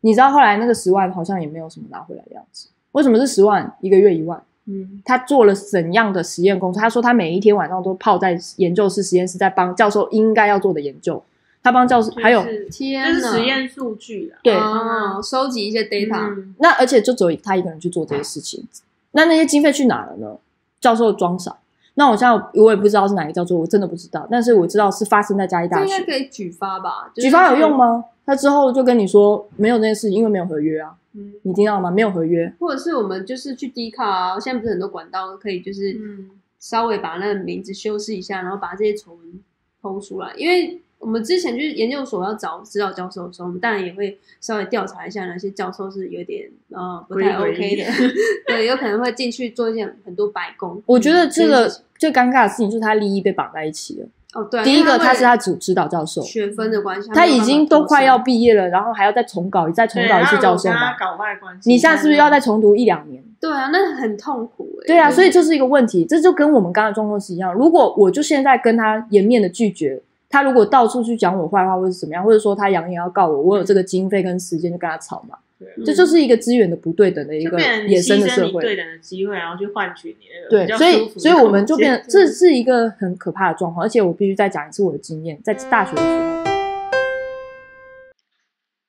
你知道后来那个十万好像也没有什么拿回来的样子，为什么是十万一个月一万？
嗯
他做了怎样的实验工作？他说他每一天晚上都泡在研究室、实验室，在帮教授应该要做的研究。他帮教授
嗯
还有
就是就
天
是
哪
实验数据啊，
对，
哦，收集一些 data，
嗯
那而且就只有他一个人去做这些事情。那那些经费去哪了呢？教授装傻。那我现在我也不知道是哪个教授，我真的不知道。但是我知道是发生在嘉义
这
大
应该
学。
可以举发吧？就是
举发有用？吗？他之后就跟你说没有这件事，因为没有合约啊，
嗯
你听到吗？没有合约。
或者是我们就是去 D 卡啊，现在不是很多管道可以就是
嗯
稍微把那个名字修饰一下，然后把这些丑闻剖出来。因为我们之前就是研究所要找指导教授的时候，我们当然也会稍微调查一下哪些教授是有点呃不太
鬼
OK
鬼
的， 对，有可能会进去做一些很多白工。
我觉得这
嗯
个最尴尬的事情就是他利益被绑在一起了。
哦，对啊，
第一个，他是他
因为
指指导教授
为，学分的关系，
他
没有
已
办法
经都快
脱身
要毕业了，然后还要再重搞，再重
对
搞一
他
次
如
教
果
授
跟他
吗？
搞外关系，
你下次不是要
在
再重读一两年？
对啊，那很痛苦哎、
对啊，所以这是一个问题，这就跟我们刚刚的状况是一样。如果我就现在跟他颜面的拒绝，他如果到处去讲我坏话或者是怎么样，或者说他扬言要告我，我有这个经费跟时间就跟他吵嘛，
嗯
对
这就是一个资源的不对等的一
嗯就
个
变成你
野生
牺
的
牲
社
你对
会。
等的机会，然后去换取你那个
对
比，较
所
舒
以
服的
所以我们就
空间
变成，这是一个很可怕的状况，而且我必须再讲一次我的经验，在大学的时候。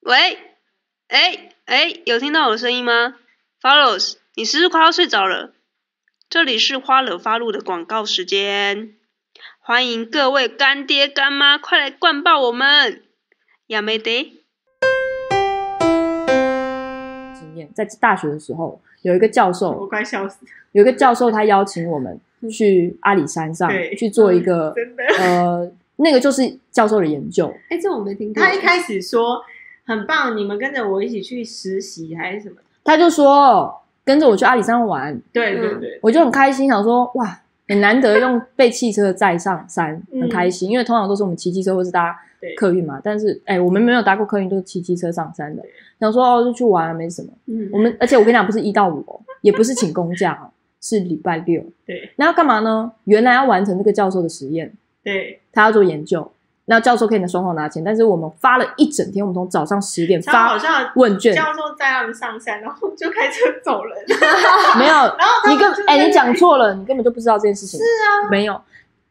喂，哎哎，有听到我的声音吗？Follows，你是不是快要睡着了？这里是花了发露的广告时间。欢迎各位干爹干妈，快来灌爆我们！亚美得，
经验，在大学的时候有一个教授
我，快笑死。
有一个教授他邀请我们去阿里山上
对嗯
去做一个
真 的。
呃，那个就是教授的研究，
哎，这我没听过。
他一开始说很棒，你们跟着我一起去实习还是什么？
他就说哦跟着我去阿里山玩，
对
嗯
对对，
我就很开心，想说哇，很难得用被汽车载 上山，很开心，因为通常都是我们骑机车或是搭
嗯对
客运嘛，但是哎、我们没有搭过客运，都是骑机车上山的，想说哦就去玩、没什么。
嗯
我们而且我跟你讲，不是一到五、哦，也不是请公假哦，是礼拜六。
对，
那要干嘛呢？原来要完成这个教授的实验，
对，
他要做研究。那教授可以拿双方拿钱，但是我们发了一整天，我们从早上十点
超好
发
笑的。
问卷，
教授载他们上山，然后就开车走 人。
没有，
然后他
你
们
根
就
哎、
在
你讲错了，你根本就不知道这件事情。是啊，没有，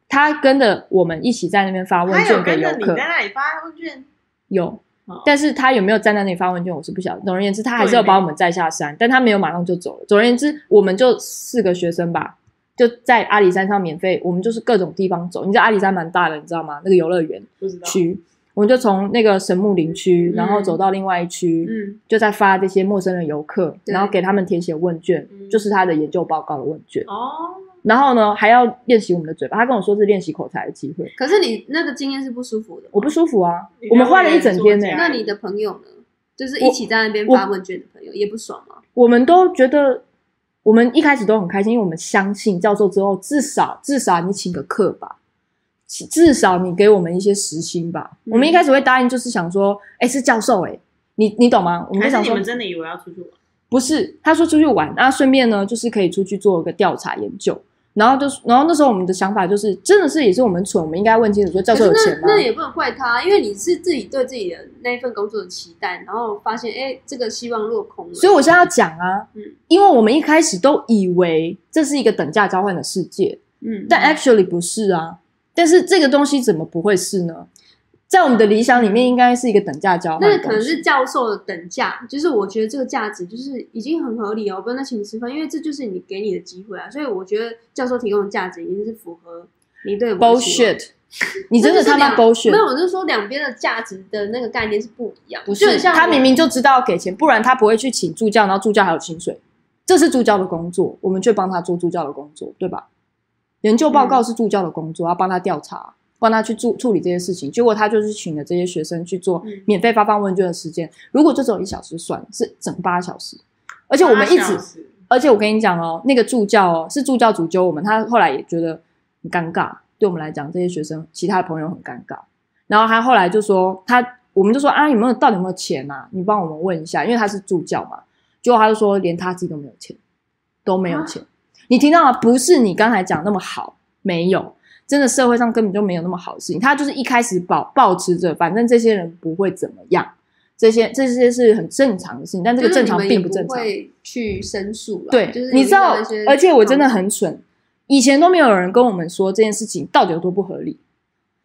他跟着我们一起在那边发问
他有
卷给
跟
游
着你
客
在，那里发问卷，
有
哦。
但是他有没有站在那里发问卷，我是不晓得。总而言之，他还是
对
要把我们载下山，但他没有马上就走了。总而言之，我们就四个学生吧，就在阿里山上免费，我们就是各种地方走。你知道阿里山蛮大的，你知道吗？那个游乐园
不知道。
区，我们就从那个神木林区，
嗯
然后走到另外一区，
嗯，
就在发这些陌生的游客，
对
然后给他们填写问卷，
嗯
就是他的研究报告的问卷。
哦，
然后呢，还要练习我们的嘴巴。他跟我说是练习口才的机会，
可是你那个经验是不舒服的。
我不舒服啊
你，
我们花了一整天呢、
了解
那你的朋友呢？就是一起在那边发问卷的朋友也不爽吗？
我们都觉得，我们一开始都很开心，因为我们相信教授之后，至少至少你请个课吧，至至少你给我们一些时薪吧。
嗯
我们一开始会答应，就是想说，哎，是教授哎、你你懂吗？我们
还
就是想
你
说
们，真的以为要出去玩？
不是，他说出去玩，那顺便呢，就是可以出去做个调查研究。然后就是，然后那时候我们的想法就是，真的是也是我们蠢，我们应该问清楚说教
可
授
是
有
那
钱吗？
那也不能怪他，啊因为你是自己对自己的那一份工作的期待，然后发现哎，这个希望落空了。
所以我现在要讲啊，
嗯
因为我们一开始都以为这是一个等价交换的世界，
嗯，
但 actually 不是啊。但是这个东西怎么不会是呢？在我们的理想里面，应该是一个等价交换的
那
东西。
个可能是教授的等价，就是我觉得这个价值就是已经很合理哦，不然那请你吃饭，因为这就是你给你的机会啊，所以我觉得教授提供的价值已经是符合你对我的期望
bullshit，你真的他妈
那就是两没
bullshit！
有，我是说两边的价值的那个概念是不一样，
不
就很
是，
像
他
我
明明就知道要给钱，不然他不会去请助教，然后助教还有薪水，这是助教的工作，我们却帮他做助教的工作，对吧？研究报告是助教的工作，要帮他调查，帮他去处处理这些事情。结果他就是请了这些学生去做
嗯
免费发放问卷的时间，如果就只有一小时算了，是整八小时，而且我们一
八
直
小时
而且我跟你讲哦，那个助教哦，是助教主揪我们，他后来也觉得很尴尬，对我们来讲，这些学生其他的朋友很尴尬。然后他后来就说，他我们就说啊，有没有到底有没有钱啊？你帮我们问一下，因为他是助教嘛。结果他就说，连他自己都没有钱，都没有
啊
钱。你听到了？不是你刚才讲那么好，没有，真的社会上根本就没有那么好的事情。他就是一开始保保持着，反正这些人不会怎么样，这些这些是很正常的事情，但这个
就是
正
你
常
们也
并
不
正常。
会去申诉了，
对，
就是
你知道
遇到一些，
而且我真的很蠢，以前都没有人跟我们说这件事情到底有多不合理。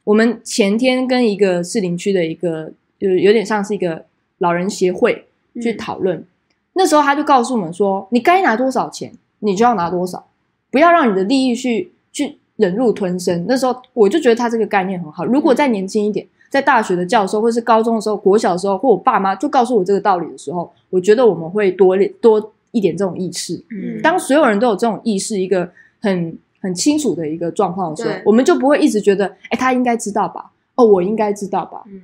我们前天跟一个士林区的一个，就是有点像是一个老人协会去
嗯
讨论，那时候他就告诉我们说，你该拿多少钱，你就要拿多少，不要让你的利益去去忍辱吞声。那时候我就觉得他这个概念很好，如
嗯
果再年轻一点。在大学的教授，或是高中的时候、国小的时候，或我爸妈就告诉我这个道理的时候，我觉得我们会多多一点这种意识。
嗯
当所有人都有这种意识，一个很很清楚的一个状况的时候
对，
我们就不会一直觉得，哎，他应该知道吧？哦，我应该知道吧？
嗯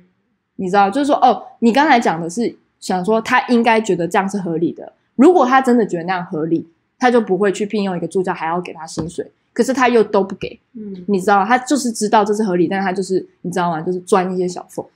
你知道，就是说，哦，你刚才讲的是想说他应该觉得这样是合理的。如果他真的觉得那样合理，他就不会去聘用一个助教，还要给他薪水。可是他又都不给，
嗯，
你知道，他就是知道这是合理，但是他就是你知道吗？就是钻一些小缝。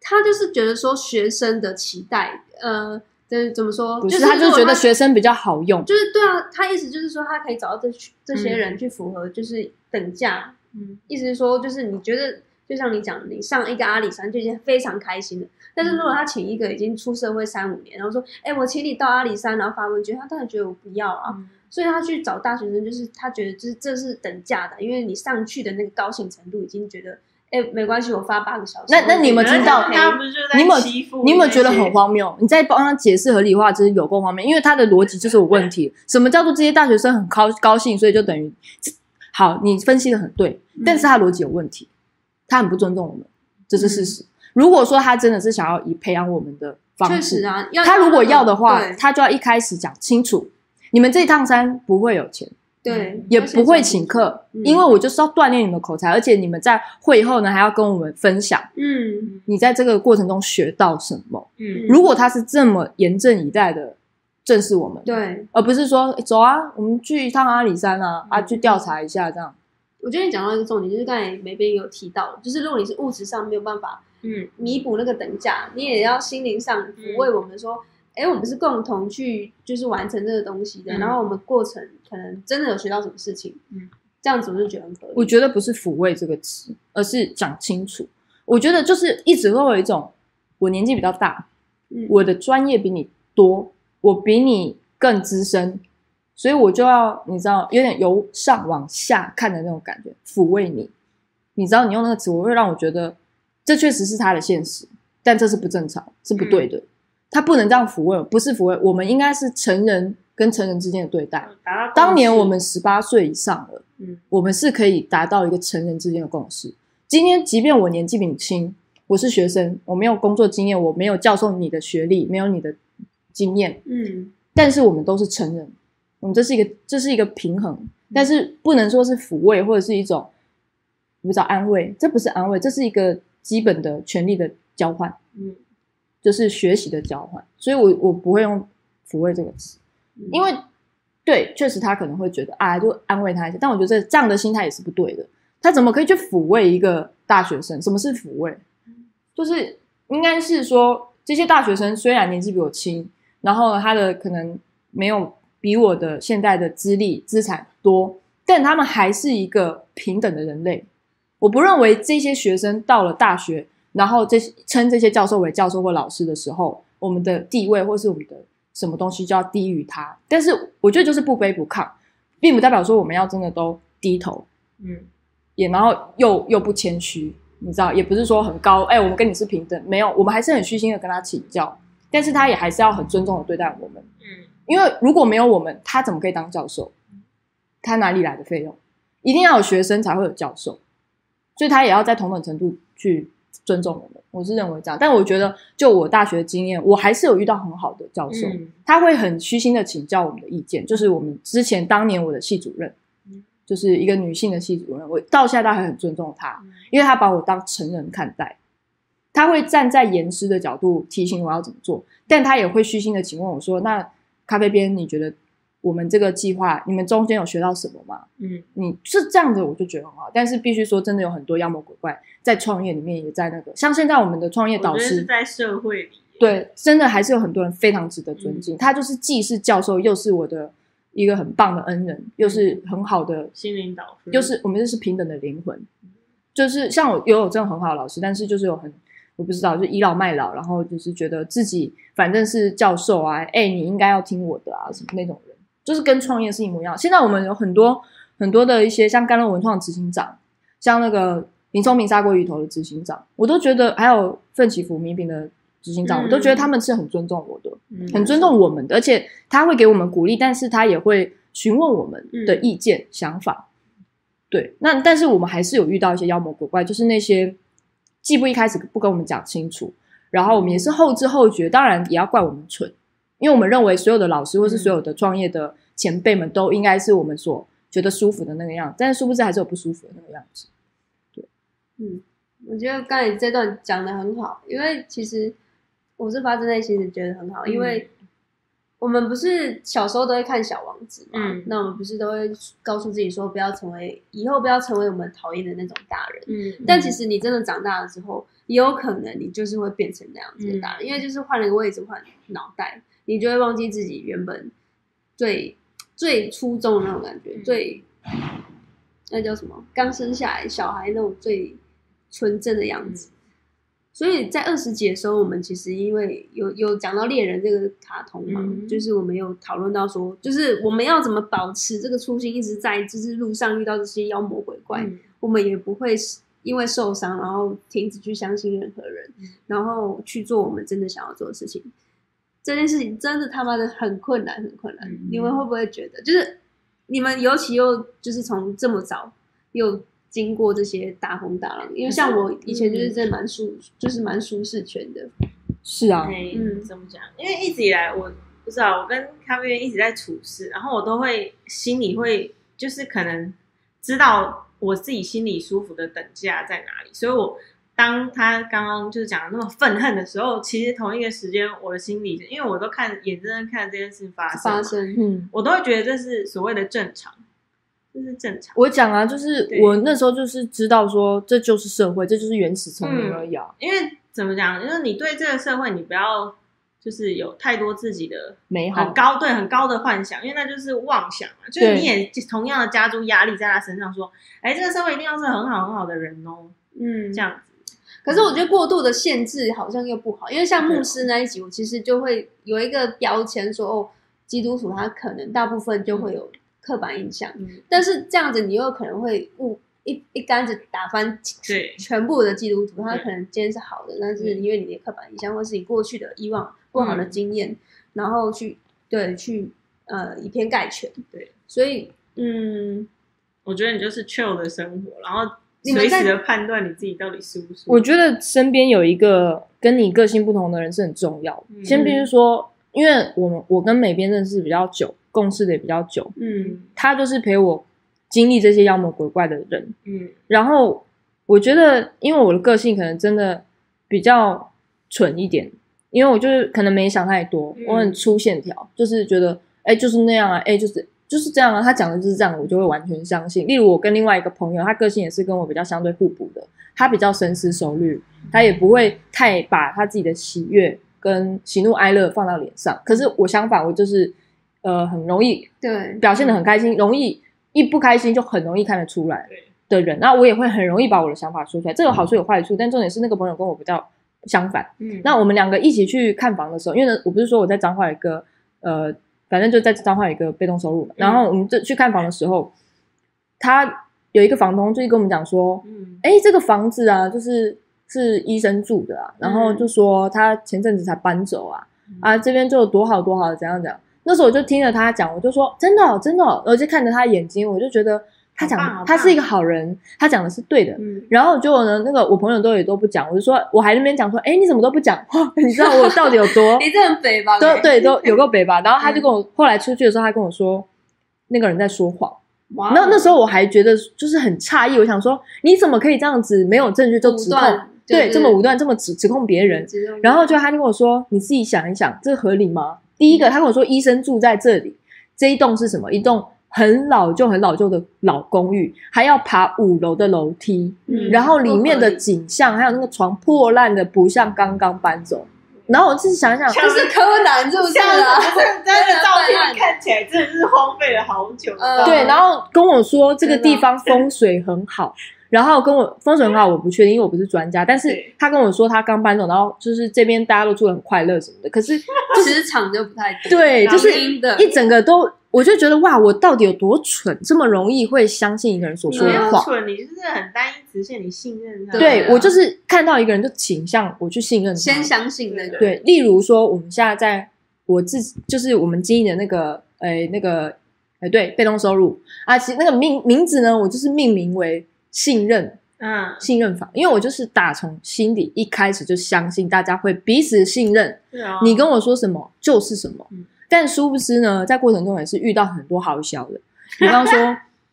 他就是觉得说学生的期待，呃，就是怎么说，
不，
就是是
他就
如果
觉得学生比较好用。
就是对啊，他意思就是说，他可以找到这群这些人
嗯
去符合就是等价，
嗯，
意思是说，就是你觉得就像你讲，你上一个阿里山就已经非常开心了，但是如
嗯
果他请一个已经出社会三五年，然后说，哎、我请你到阿里山，然后发问卷，他当然觉得我不要啊，
嗯
所以他去找大学生，就是他觉得这这是等价的，因为你上去的那个高兴程度已经觉得，哎、没关系，我发八个小时，
那那你有没
可
有
是
听到
他们不是就在
你有没有
欺负
你有没有
那
觉得
些
很荒谬？你在帮他解释合理化，就是有够荒谬，因为他的逻辑就是有问题。什么叫做这些大学生很高高兴，所以就等于这好，你分析的很对，
嗯
但是他逻辑有问题，他很不尊重我们，这是
嗯
事实。如果说他真的是想要以培养我们的方
确
式，
实啊，要
他如果要的话
对，
他就要一开始讲清楚，你们这一趟山不会有钱，
对，
嗯也
要先
不会
讲
请客，
嗯
因为我就是要锻炼你们的口才，而且你们在会后呢还要跟我们分享
嗯，
你在这个过程中学到什么。
嗯，
如果他是这么严阵以待的正视我们，
对，
而不是说诶走啊，我们去一趟阿里山啊，啊去调查一下这样。
我觉得你讲到一个重点，就是刚才梅边有提到，就是如果你是物质上没有办法
嗯
弥补那个等价，你也要心灵上抚
嗯
慰我们说，哎、我们是共同去就是完成这个东西的，
嗯
然后我们过程可能真的有学到什么事情，
嗯，
这样子我就觉得很合理。
我觉得不是抚慰这个词，而是讲清楚。我觉得就是一直会有一种，我年纪比较大，
嗯
我的专业比你多，我比你更资深，所以我就要你知道，有点由上往下看的那种感觉，抚慰你。你知道，你用那个词，我会让我觉得这确实是他的现实，但这是不正常，是不对的。他不能这样抚慰我，不是抚慰，我们应该是成人跟成人之间的对待。
达到
当年
共识
我们十八岁以上了，
嗯
我们是可以达到一个成人之间的共识。今天，即便我年纪比你轻，我是学生，我没有工作经验，我没有教授你的学历，没有你的经验，
嗯，
但是我们都是成人，我们这是一个这是一个平衡，但是不能说是抚慰或者是一种我不知道安慰，这不是安慰，这是一个基本的权利的交换，
嗯
就是学习的交换，所以我我不会用抚慰这个词。
嗯
因为对，确实他可能会觉得啊，就安慰他一下，但我觉得这这样的心态也是不对的。他怎么可以去抚慰一个大学生？什么是抚慰？就是应该是说，这些大学生虽然年纪比我轻，然后呢他的可能没有比我的现在的资历资产多，但他们还是一个平等的人类。我不认为这些学生到了大学，然后这些称这些教授为教授或老师的时候，我们的地位或是我们的什么东西就要低于他。但是我觉得就是不卑不亢，并不代表说我们要真的都低头，
嗯
也然后又又不谦虚，你知道，也不是说很高，哎、我们跟你是平等，没有，我们还是很虚心的跟他请教，但是他也还是要很尊重的对待我们，
嗯
因为如果没有我们，他怎么可以当教授？他哪里来的费用？一定要有学生才会有教授，所以他也要在同等程度去尊重我们。我是认为这样，但我觉得就我大学经验，我还是有遇到很好的教授，
嗯
他会很虚心的请教我们的意见，就是我们之前当年我的系主任
嗯，
就是一个女性的系主任，我到现在都还很尊重她
嗯，
因为她把我当成人看待，她会站在严师的角度提醒我要怎么做，但她也会虚心的请问我说：“那咖啡边，你觉得我们这个计划，你们中间有学到什么吗？”
嗯
你是这样子，我就觉得很好。但是必须说，真的有很多妖魔鬼怪在创业里面，也在那个像现在我们的创业
嗯我觉
导
得
师
是在社会里，
对，真的还是有很多人非常值得尊敬。他就是既是教授，又是我的一个很棒的恩人，又是很好的，
心灵导师
就是我们就是平等的灵魂。就是像我也有这种很好的老师，但是就是有很我不知道，就倚老卖老，然后就是觉得自己反正是教授啊，哎，你应该要听我的啊，什么那种人，就是跟创业是一模一样。现在我们有很多很多的一些像甘露文创执行长，像那个林聪明砂锅鱼头的执行长，我都觉得还有奋起福米饼的执行
嗯
长，我都觉得他们是很尊重我的，
嗯
很尊重我们的，而且他会给我们鼓励，但是他也会询问我们
嗯
的意见、想法。对，那但是我们还是有遇到一些妖魔鬼怪，就是那些既不一开始不跟我们讲清楚，然后我们也是后知后觉，当然也要怪我们蠢，因为我们认为所有的老师或是
嗯
所有的创业的前辈们都应该是我们所觉得舒服的那个样子，但是殊不知还是有不舒服的那个样子。
我觉得刚才这段讲的很好，因为其实我是发自内心的觉得很好，
嗯
因为我们不是小时候都会看《小王子》嘛，
嗯
那我们不是都会告诉自己说不要成为以后不要成为我们讨厌的那种大人。
嗯
但其实你真的长大了之后，也有可能你就是会变成那样子的
嗯
大人，因为就是换了个位置，换脑袋，你就会忘记自己原本最最初衷的那种感觉，
嗯
最那叫什么？刚生下来小孩那种最纯真的样
嗯
子。所以在二十集的时候，我们其实因为有有讲到猎人这个卡通嘛，
嗯
就是我们有讨论到说，就是我们要怎么保持这个初心，一直在就是路上遇到这些妖魔鬼怪，
嗯
我们也不会因为受伤，然后停止去相信任何人，
嗯
然后去做我们真的想要做的事情。这件事情真的他妈的很困难，很困难。
嗯
你们会不会觉得，就是你们尤其又就是从这么早又经过这些大风大浪，因为
嗯
像我以前就是真的蛮舒，就是蛮舒适圈的。
是啊，
哎，
嗯
怎么讲？因为一直以来我不知道，我跟咖啡员一直在处事，然后我都会心里会就是可能知道我自己心里舒服的等价在哪里，所以我当他刚刚就是讲的那么愤恨的时候，其实同一个时间我的心里，因为我都看眼睁睁看这件事发生嘛，
发生，
嗯，
我都会觉得这是所谓的正常，这是正常。
我讲啊，就是
对
我那时候就是知道说这就是社会，这就是原始丛林
嗯
而已啊，
因为怎么讲？就是你对这个社会，你不要就是有太多自己的
美好
很高对很高的幻想，因为那就是妄想嘛。就是
对
你也同样的加诸压力在他身上，说，哎，这个社会一定要是很好很好的人哦，
嗯
这，样子。
可是我觉得过度的限制好像又不好，因为
啊
像牧师那一集，我其实就会有一个标签说，哦，基督徒他可能大部分就
嗯
会有刻板印象，
嗯，
但是这样子你又可能会误一一竿子打翻
对
全部的基督徒，他
对
可能今天是好的，但是
嗯
因为你的刻板印象或是你过去的以往不好的
嗯
经验，然后去对去呃以偏概全，
对，
所以嗯，
我觉得你就是 chill 的生活，然后
你们
随
在
时的判断你自己到底舒不舒服。
我觉得身边有一个跟你个性不同的人是很重要的。
嗯
先比如说，因为我们我跟美编认识比较久，共事的也比较久，
嗯，
嗯
他就是陪我经历这些妖魔鬼怪的人。
嗯
然后我觉得，因为我的个性可能真的比较蠢一点，因为我就是可能没想太多，
嗯
我很粗线条，就是觉得哎就是那样啊，哎就是就是这样啊，他讲的就是这样，我就会完全相信。例如我跟另外一个朋友，他个性也是跟我比较相对互补的，他比较深思熟虑，他也不会太把他自己的喜悦跟喜怒哀乐放到脸上。可是我相反，我就是呃很容易
对，
表现的很开心，容易一不开心就很容易看得出来
对
的人。那我也会很容易把我的想法说出来，这有好处有坏处，但重点是那个朋友跟我比较相反。
嗯，
那我们两个一起去看房的时候，因为呢，我不是说我在彰化有一个呃，反正就在彰化有一个被动收入嘛。然后
嗯
我们就去看房的时候，他有一个房东就跟我们讲说，
嗯
哎，这个房子啊，就是是医生住的啊，然后就说他前阵子才搬走啊，
嗯
啊这边就有多好多好，怎样怎样。那时候我就听了他讲，我就说真的、哦、真的、哦，我就看着他眼睛，我就觉得他讲
好棒好棒
他是一个好人，他讲的是对的。
嗯，
然后结果呢，那个我朋友都也都不讲，我就说我还在那边讲说，哎，你怎么都不讲？ 你知道我到底有多
你这嗯很北吧？
都对都有个北吧？然后他就跟我、后来出去的时候，他跟我说那个人在说谎。
哇哦，
那那时候我还觉得就是很诧异，我想说你怎么可以这样子没有证据就
武
指控？
哦断就
对，
是
这么武断，这么指指控别人。
只用
然后就他就跟我说，你自己想一想，这合理吗？第一个，他跟我说医生住在这里，这一栋是什么？一栋很老旧、很老旧的老公寓，还要爬五楼的楼梯，
嗯
然后里面的
不合理
景象还有那个床破烂的，不像刚刚搬走。然后我自己想一想，
就是柯南，是不是
像
啊？
是真的 照
真的办案
片看起来真的是荒废了好久。
嗯
对，然后跟我说这
真的
个地方风水很好，然后跟我风水很好，我不确定，因为我不是专家。但是
对
他跟我说他刚搬走，然后就是这边大家都住得很快乐什么的。可是
职场就不太对
对，
然后
就是
听的
一整个都，我就觉得哇，我到底有多蠢，这么容易会相信一个人所
你
说
没
的
有
话？
蠢，你就是很单一直线，你信任他。
对
对啊
我就是看到一个人就倾向我去信任他，
先相信那个，
对，例如说我们现在在我自己，就是我们经营的那个，诶、那个，诶、对，被动收入啊，其实那个名名字呢，我就是命名为信任
嗯，
信任法，因为我就是打从心底一开始就相信大家会彼此信任，
对啊，
你跟我说什么就是什么
嗯。
但殊不知呢，在过程中也是遇到很多好笑的， 比方说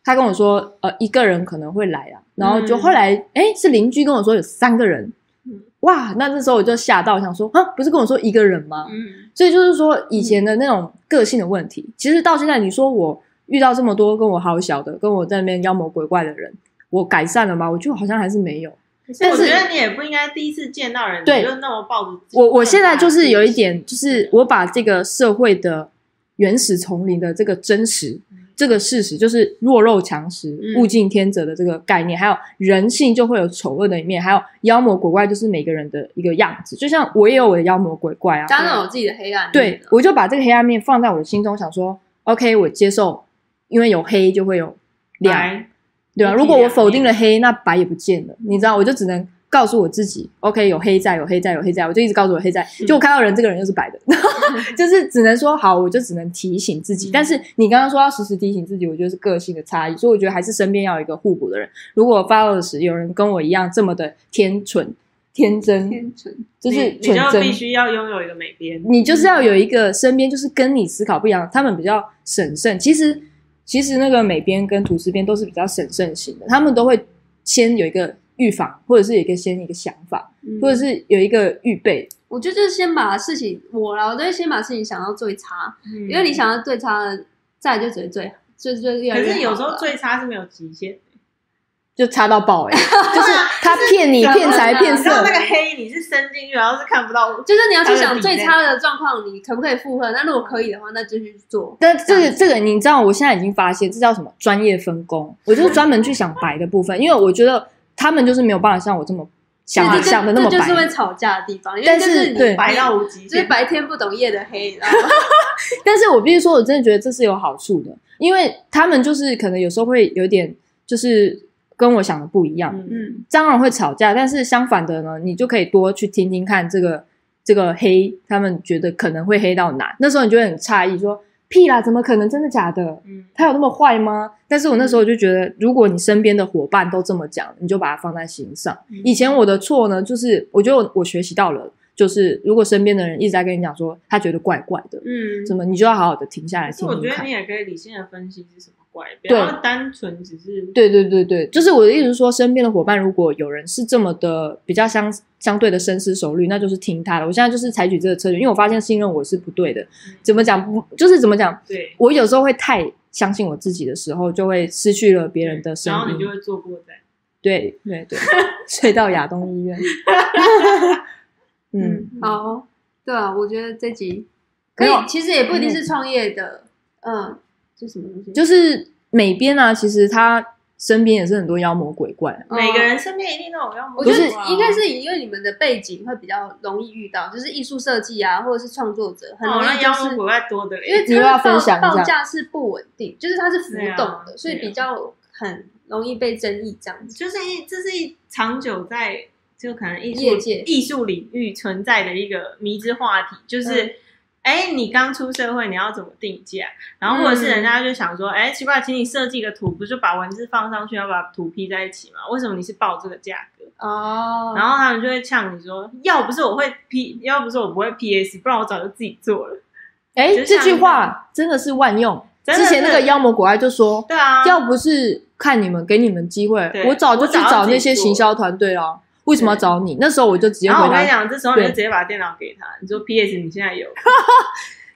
他跟我说，呃，一个人可能会来啊，然后就
嗯
后来诶，是邻居跟我说有三个人
嗯，
哇，那这时候我就吓到，想说啊，不是跟我说一个人吗？
嗯，
所以就是说，以前的那种个性的问题，其实到现在，你说我遇到这么多跟我好小的、跟我在那边妖魔鬼怪的人，我改善了吗？我觉得好像还是没有。
但
但
我
是
觉得你也不应该第一次见到人，
对
你就那么抱着。
我我现在就是有一，点，就是我把这个社会的原始丛林的这个真实
嗯、
这个事实，就是弱肉强食、
嗯
物竞天择的这个概念，还有人性就会有丑恶的一面，还有妖魔鬼怪就是每个人的一个样子。就像我也有我的妖魔鬼怪啊，
当然有自己的黑暗面
对，我就把这个黑暗面放在我的心中，想说，OK，我接受，因为有黑就会有亮，
来，
对吧、啊
一体
如果我
两
否定
面
了黑，那白也不见了，你知道，我就只能告诉我自己，OK，有黑在，有黑在，有黑在，我就一直告诉我黑在，就我看到人这个人又是白 的，就是只能说好，我就只能提醒自
嗯
己。但是你刚刚说要时时提醒自己，我觉得是个性的差异，所以我觉得还是身边要有一个互补的人。如果 follow 时有人跟我一样这么的天纯、天真，
天纯，
就
你
是
你
纯
就
真，嗯
必须要拥有一个美编，
你就是要有一个身边就是跟你思考不一样，他们比较审慎。其实其实那个美编跟图师编都是比较审慎型的，他们都会先有一个预防，或者是有一个先一个想法，或者
是
是有一个预备。
我觉得就是先把事情我啦，我都会先把事情想到最差，
嗯
因为你想到最差的，再来就只会最最最越来
可
越
是有时
好
候
了
最差是没有极限，
就差到 爆哎、就是他骗你
就是
骗财骗
你知
色
道，那个黑你是伸进去，然后是看不到，
就是你要去想最差的状况，你可不可以负荷？那如果可以的话，那就去做。
但这个这个，你知道，我现在已经发现这叫什么专业分工。我就是专门去想白的部分，因为我觉得他们就是没有办法像我这么想
这
的
就
想的那么
这就是会
白。
吵架的地方，因为
但
就是是你
对
白到无极
就是
限。
白天不懂夜的黑，你知道吗？
但是我必须说，我真的觉得这是有好处的，因为他们就是可能有时候会有点就是跟我想的不一样。
嗯，
嗯，
当然会吵架，但是相反的呢，你就可以多去听听看这个这个黑，他们觉得可能会黑到哪，那时候你就会很诧异，说屁啦，怎么可能？真的假的？
嗯
他有那么坏吗？但是我那时候就觉得，如果你身边的伙伴都这么讲，你就把它放在心上。
嗯
以前我的错呢，就是我觉得我我学习到了，就是如果身边的人一直在跟你讲说他觉得怪怪的，
嗯，
什么你就要好好的停下来
可是
听
我
听
觉得
看
你。也可以理性的分析是什么怪，不
对
要单纯只是
对对对对，就是我的意思是说，身边的伙伴如果有人是这么的比较相相对的深思熟虑，那就是听他的。我现在就是采取这个策略，因为我发现信任我是不对的。
嗯
怎么讲？不就是怎么讲？
对，
我有时候会太相信我自己的时候，就会失去了别人的声
然后
音
你就。会做过在。
对对 对，睡到亚东医院。嗯，
好，对啊，我觉得这集可
没有
以，其实也不一定是创业的，嗯，就什么东西，
就是美编啊，其实他身边也是很多妖魔鬼怪。
嗯
每个人身边一定都有妖魔
我
鬼
觉
怪，
得
不
应该是因为你们的背景会比较容易遇到，就是艺术设计啊，或者是创作者，很
哦，
容
那
易就
妖魔
是
鬼怪多的嘞，
因为
你又
它
要
的
分
报
享一下
报价是不稳定，就是它是浮
对啊
动的，所以
对啊
比较很容易被争议这样子。
就是一这是一长久在就可能艺术
业界
艺术领域存在的一个迷之话题，
嗯
就是。哎，你刚出社会，你要怎么定价？然后或者是
嗯
人家就想说，哎、奇怪，请你设计个图，不就把文字放上去，要把图 P 在一起吗？为什么你是报这个价格？
哦
然后他们就会呛你说，要不是我会 P，要不是我不会 PS，不然我早就自己做了。
哎，
就
这
像
句
那个
话真的是万用。
真的
之前那
是
个妖魔鬼怪就说，
对啊，
要不是看你们给你们机会，
对
我早就去
我早就
找
自己
那些行销团队啦。为什么要找你？那时候我就直接
然
回
后我跟你
他，
讲，这时候你就
对
直接把电脑给他，你说 PS，你现在有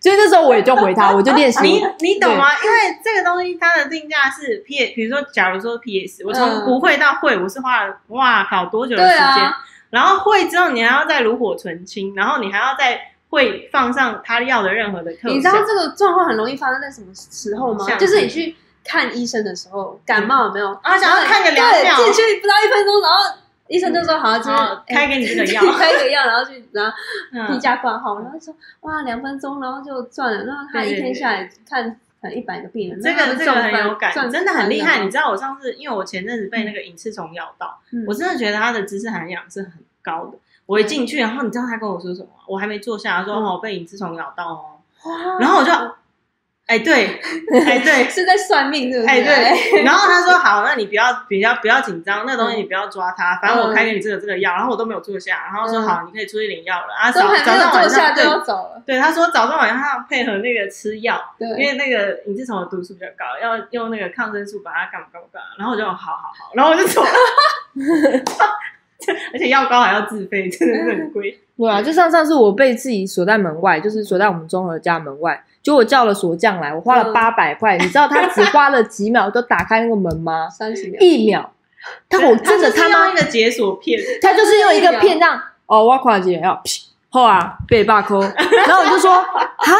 所以那时候我也就 回他，我就练习。
啊你你懂吗？因为这个东西它的定价是 P，比如说，假如说 PS，我从
嗯
不会到会，我是花了哇靠多久的
对
时间？
啊，
然后会之后，你还要再炉火纯青，然后你还要再会放上他要的任何的特效。
你知道这个状况很容易发生在什么时候吗？
像
就是你去看医生的时候，感冒有没有？
啊，想要看个两秒，
对，进去不到一分钟，然后医生就说好，就是
哦
哎
开给你这个 药
开个药，然后去然后批
嗯，
假挂号，然后说哇两分钟，然后就赚了，然后他一天下来看可能一百个病人，
这个这个很有感，
赚
真的很厉害。你
赚
知道我上次，因为我前阵子被那个隐翅虫咬到，
嗯
我真的觉得它的知识含量是很高的。我一进去，然后你知道他跟我说什么吗？我还没坐下，他说：“
嗯
哦，被隐翅虫咬到哦。”
哇
然后我就，哎、对，哎、对，
是在算命，对不对？
哎、对。然后他说好，那你不要比较不要紧张，那东西你不要抓它，反正我开给你这个这个药，然后我都没有坐下，然后说
嗯
好，你可以出去领药了 啊。
都
早
还
早
没
上
有坐
晚
下
上
就
对
要走了，
对，他说早上晚上要配合那个吃药，因
对。
为那个你自虫的毒素比较高，要用那个抗生素把它干嘛干嘛干嘛。然后我就好好好，然后我就走了。而且药膏还要自费，真的是很贵。
对啊，就像上次我被自己锁在门外，就是锁在我们综合家门外，就我叫了锁匠来，我花了
嗯？
八百块，你知道他只花了几秒就打开那个门 吗
三十秒，
一秒，他我真的
他
他
就是
妈
用一，个解锁片，
他就是用一
一
个
秒
片让哦，我跨界要，噗后啊被罢扣，然后我就说哈，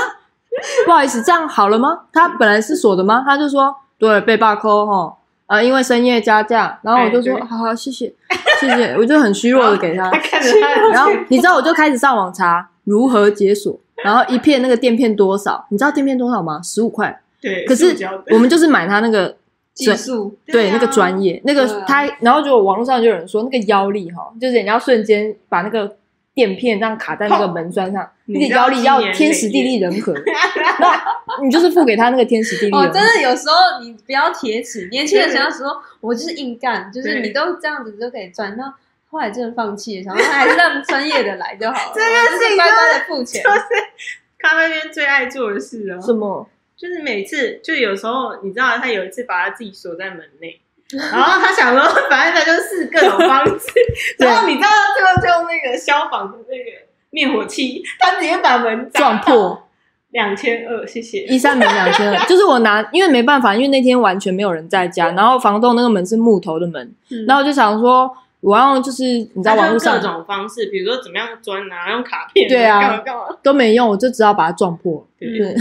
不好意思，这样好了吗？他本来是锁的吗？他就说对，被罢扣哈，啊，因为深夜加价，然后我就说
哎对
好好谢谢谢谢，我就很虚弱的给他
他，看着他的
啊然后你知道我就开始上网查如何解锁，然后一片那个垫片多少？你知道垫片多少吗？十五块。
对，
可是
塑胶的
我们就是买它那个
技术，
对那个专
业，
业，那个
对啊
他，然后就有网络上就有人说，那个腰力哈，就是你要瞬间把那个垫片这样卡在那个门栓上，那个
你知道
腰力要
今年
天时地利人和，那你就是付给他那个天时地利
哦，
人和
真。的有时候你不要铁齿，年轻的时候说我就是硬干，就是你都这样子就可以赚，那后来真的放弃了，想说还是让专业的来就 好了，这
件事情
是乖乖的付钱，
咖啡边最爱做的事啊，
什么？
就是每次就有时候你知道，他有一次把他自己锁在门 内，然后他想说，反正他就试各种方式，
对
然后你知道他最后就用那个消防的那个灭火器，他直接把门
撞破
两千二，谢谢。
一扇门两千二，就是我拿，因为没办法，因为那天完全没有人在家，然后房东那个门是木头的门，
嗯
然后我就想说，我要用就是你在
他就
网络
用各
上
种方式，比如说怎么样钻啊，用卡片，
对啊
干嘛干嘛，
都没用，我就只好把它撞破。对，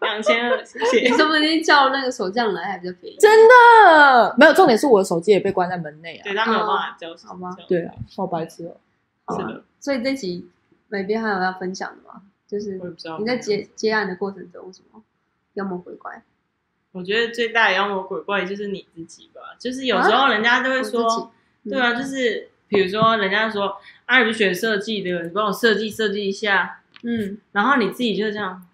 两千二，谢
你
谢。
说不定叫那个手匠来还比较便宜。
真的没有重点是我的手机也被关在门内啊
对。他没有办法交手，
好吗
对啊， 好白痴哦、
是的，
所以这集美编还有要分享的吗？就是
我也不知道
你在接接案的过程中，有什么妖魔鬼怪？
我觉得最大的妖魔鬼怪就是你自己吧，就是有时
啊
候人家都会说，
我自己嗯
对啊，就是比如说人家说啊，你不是学设计的，你帮我设计设计一下，
嗯，
然后你自己就这样，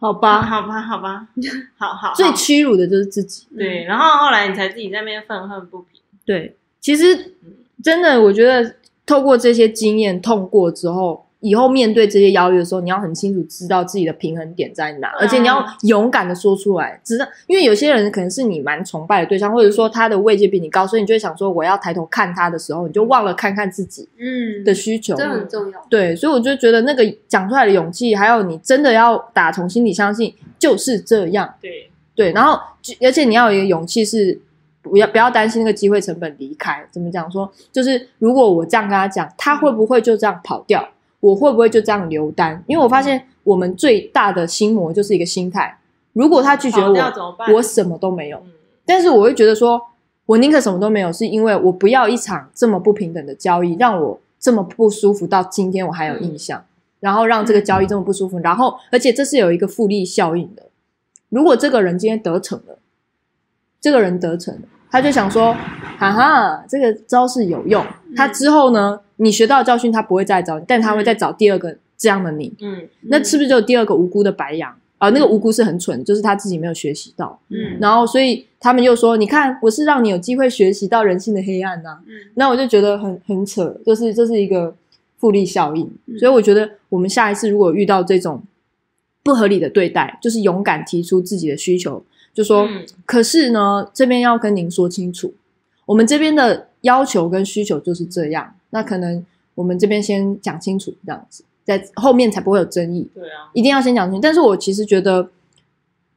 好
啊，
吧，
好吧，好吧，好好，
最
好
屈辱的就是自己。
对，然后后来你才自己在那边愤恨不平，
对，其实真的，我觉得透过这些经验痛过之后，以后面对这些邀约的时候，你要很清楚知道自己的平衡点在哪，而且你要勇敢的说出来。知道，因为有些人可能是你蛮崇拜的对象，或者说他的位阶比你高，所以你就会想说，我要抬头看他的时候，你就忘了看看自己
嗯，
的需求。
这很重要。
对，所以我就觉得那个讲出来的勇气，还有你真的要打从心底相信就是这样。
对，
对，然后就而且你要有一个勇气是。不要不要担心那个机会成本离开，怎么讲说？就是如果我这样跟他讲，他会不会就这样跑掉？我会不会就这样留单？因为我发现我们最大的心魔就是一个心态。如果他拒绝
跑掉
我，
怎么办？
我什么都没有。
嗯，
但是我会觉得说，我宁可什么都没有，是因为我不要一场这么不平等的交易，让我这么不舒服到今天我还有印象，然后让这个交易这么不舒服，然后而且这是有一个复利效应的。如果这个人今天得逞了，这个人得逞了，他就想说，哈哈，这个招式有用，他之后呢，你学到的教训，他不会再找你，但他会再找第二个这样的你。
嗯
那是不是就有第二个无辜的白羊啊、那个无辜是很蠢，就是他自己没有学习到。
嗯
然后所以他们又说：“你看，我是让你有机会学习到人性的黑暗呐、
嗯，
那我就觉得很很扯，就是这是一个复利效应。
嗯
所以我觉得我们下一次如果遇到这种不合理的对待，就是勇敢提出自己的需求，就说：“
嗯
可是呢，这边要跟您说清楚，我们这边的要求跟需求就是这样。那可能我们这边先讲清楚，这样子，在后面才不会有争议。
对啊，
一定要先讲清楚。但是我其实觉得，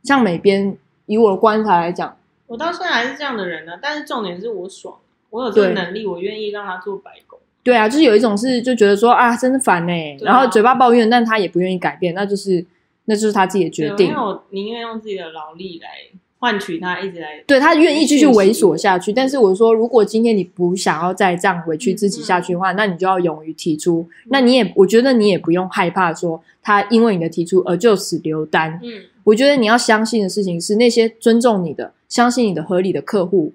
像美编，以我的观察来讲，
我到现在还是这样的人呢、但是重点是我爽，我有这个
对
能力，我愿意让他做白工，
对啊，就是有一种是就觉得说啊，真的烦呢、
对啊
然后嘴巴抱怨，但他也不愿意改变，那就是那就是他自己的决
对啊
定
因为。我宁愿用自己的劳力来换取他一直来
对他愿意继续猥琐下去，但是我说，如果今天你不想要再这样
嗯
委屈自己下去的话，那你就要勇于提出。那你也，我觉得你也不用害怕说他因为你的提出而就此留单。
嗯
我觉得你要相信的事情是，那些尊重你的、相信你的合理的客户，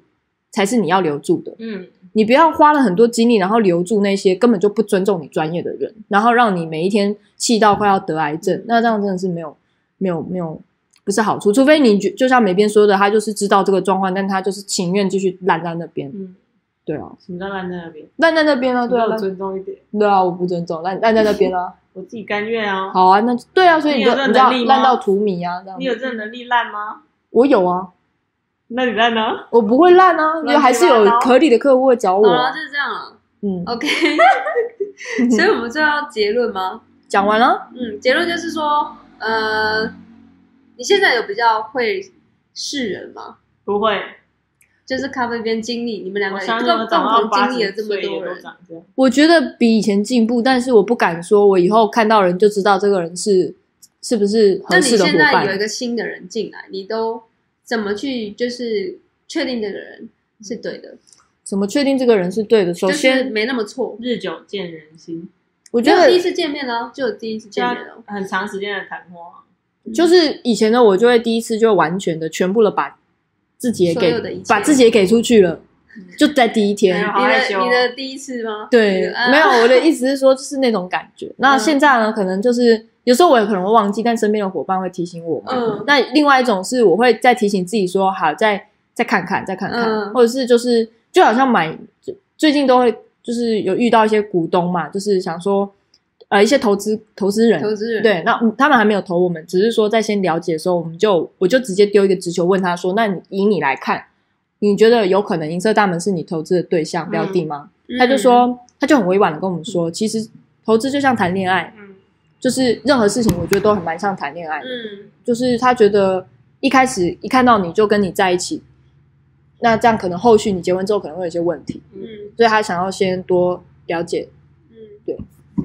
才是你要留住的。
嗯
你不要花了很多精力，然后留住那些根本就不尊重你专业的人，然后让你每一天气到快要得癌症，那这样真的是没有没有没有不是好处。除非你就就像美编说的，他就是知道这个状况，但他就是情愿继续烂在那边。
嗯，
对啊，
什么叫烂在那边？
烂在那边啊，对啊，
我
烂
尊重一点，
对啊，我不尊重，烂烂在那 边啊。
我自己甘愿啊。
好啊，那对啊，所以你就
你有这个
你知道
能力吗
烂到荼蘼啊，这样
你有这个能力烂吗？
我有啊，
那你烂呢？
我不会烂啊，就还是有合理的客户会找我
好了，
啊。
就是这样了。
嗯，
OK，所以我们最后结论吗？
讲完了，
嗯，结论就是说，呃，你现在有比较会识人吗？
不会，
就是咖啡边经历，你们两
我
个
相
人
信
共
我长到
共同
八
经历
十
了这么
岁也
多
都
人，
长这样。
我觉得比以前进步，但是我不敢说，我以后看到人就知道这个人是是不是合
那你
适的伙
现在有一
伴。
个新的人进来，你都怎么去就是确定这个人是对的，
怎么确定这个人是对的？首
就是
先，
没那么错。
日久见人心，
我
就
觉得
第一次见面了，就有第一次
就
见
要
面哦了。
很长时间的谈话。
就是以前的我就会第一次就完全的全部的把自己也
所
给
有的一切
把自己也给出去了，就在第一
哎
天
呦。好
你
害羞
的你的第一次吗？你
对
的
嗯
啊，
没有我的意思是说，就是那种感觉。那现在呢，可能就是有时候我也可能会忘记，但身边的伙伴会提醒我嘛。
嗯
那另外一种是，我会再提醒自己说，好，再再看看，再看看，
嗯
或者是就是就好像买，最最近都会就是有遇到一些股东嘛，就是想说，呃，一些投资投资人，
投资人，
对，那嗯他们还没有投我们，只是说在先了解的时候，我们就我就直接丢一个直球问他说，那你以你来看，你觉得有可能银色大门是你投资的对象标的吗？
嗯
他
嗯
就说，他就很委婉的跟我们说，其实投资就像谈恋爱，
嗯
就是任何事情我觉得都很蛮像谈恋爱的。
嗯
就是他觉得一开始一看到你就跟你在一起，那这样可能后续你结婚之后可能会有一些问题，
嗯
所以他想要先多了解。
嗯，
对。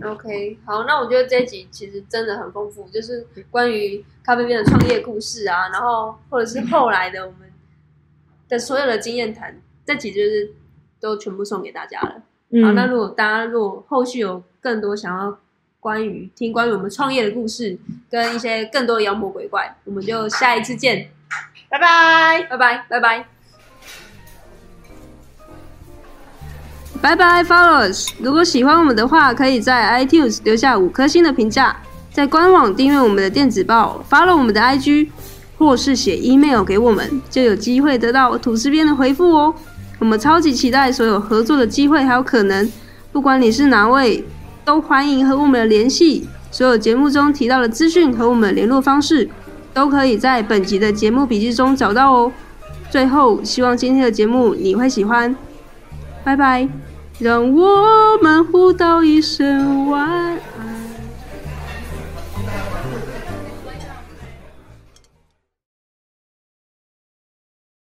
OK，好，那我觉得这一集其实真的很丰富，就是关于咖啡店的创业故事啊，然后或者是后来的我们的所有的经验谈，这集就是都全部送给大家了。嗯
嗯
好，那如果大家如果后续有更多想要关于听关于我们创业的故事，跟一些更多的妖魔鬼怪，我们就下一次见，
拜拜。
拜拜，拜拜。
拜拜，Followers！如果喜欢我们的话，可以在 iTunes 留下五颗星的评价，在官网订阅我们的电子报，follow 我们的 IG，或是写 email 给我们，就有机会得到吐司边的回复哦。我们超级期待所有合作的机会还有可能，不管你是哪位，都欢迎和我们联系。所有节目中提到的资讯和我们联络方式，都可以在本集的节目笔记中找到哦。最后，希望今天的节目你会喜欢，拜拜。让我们互道一声晚安。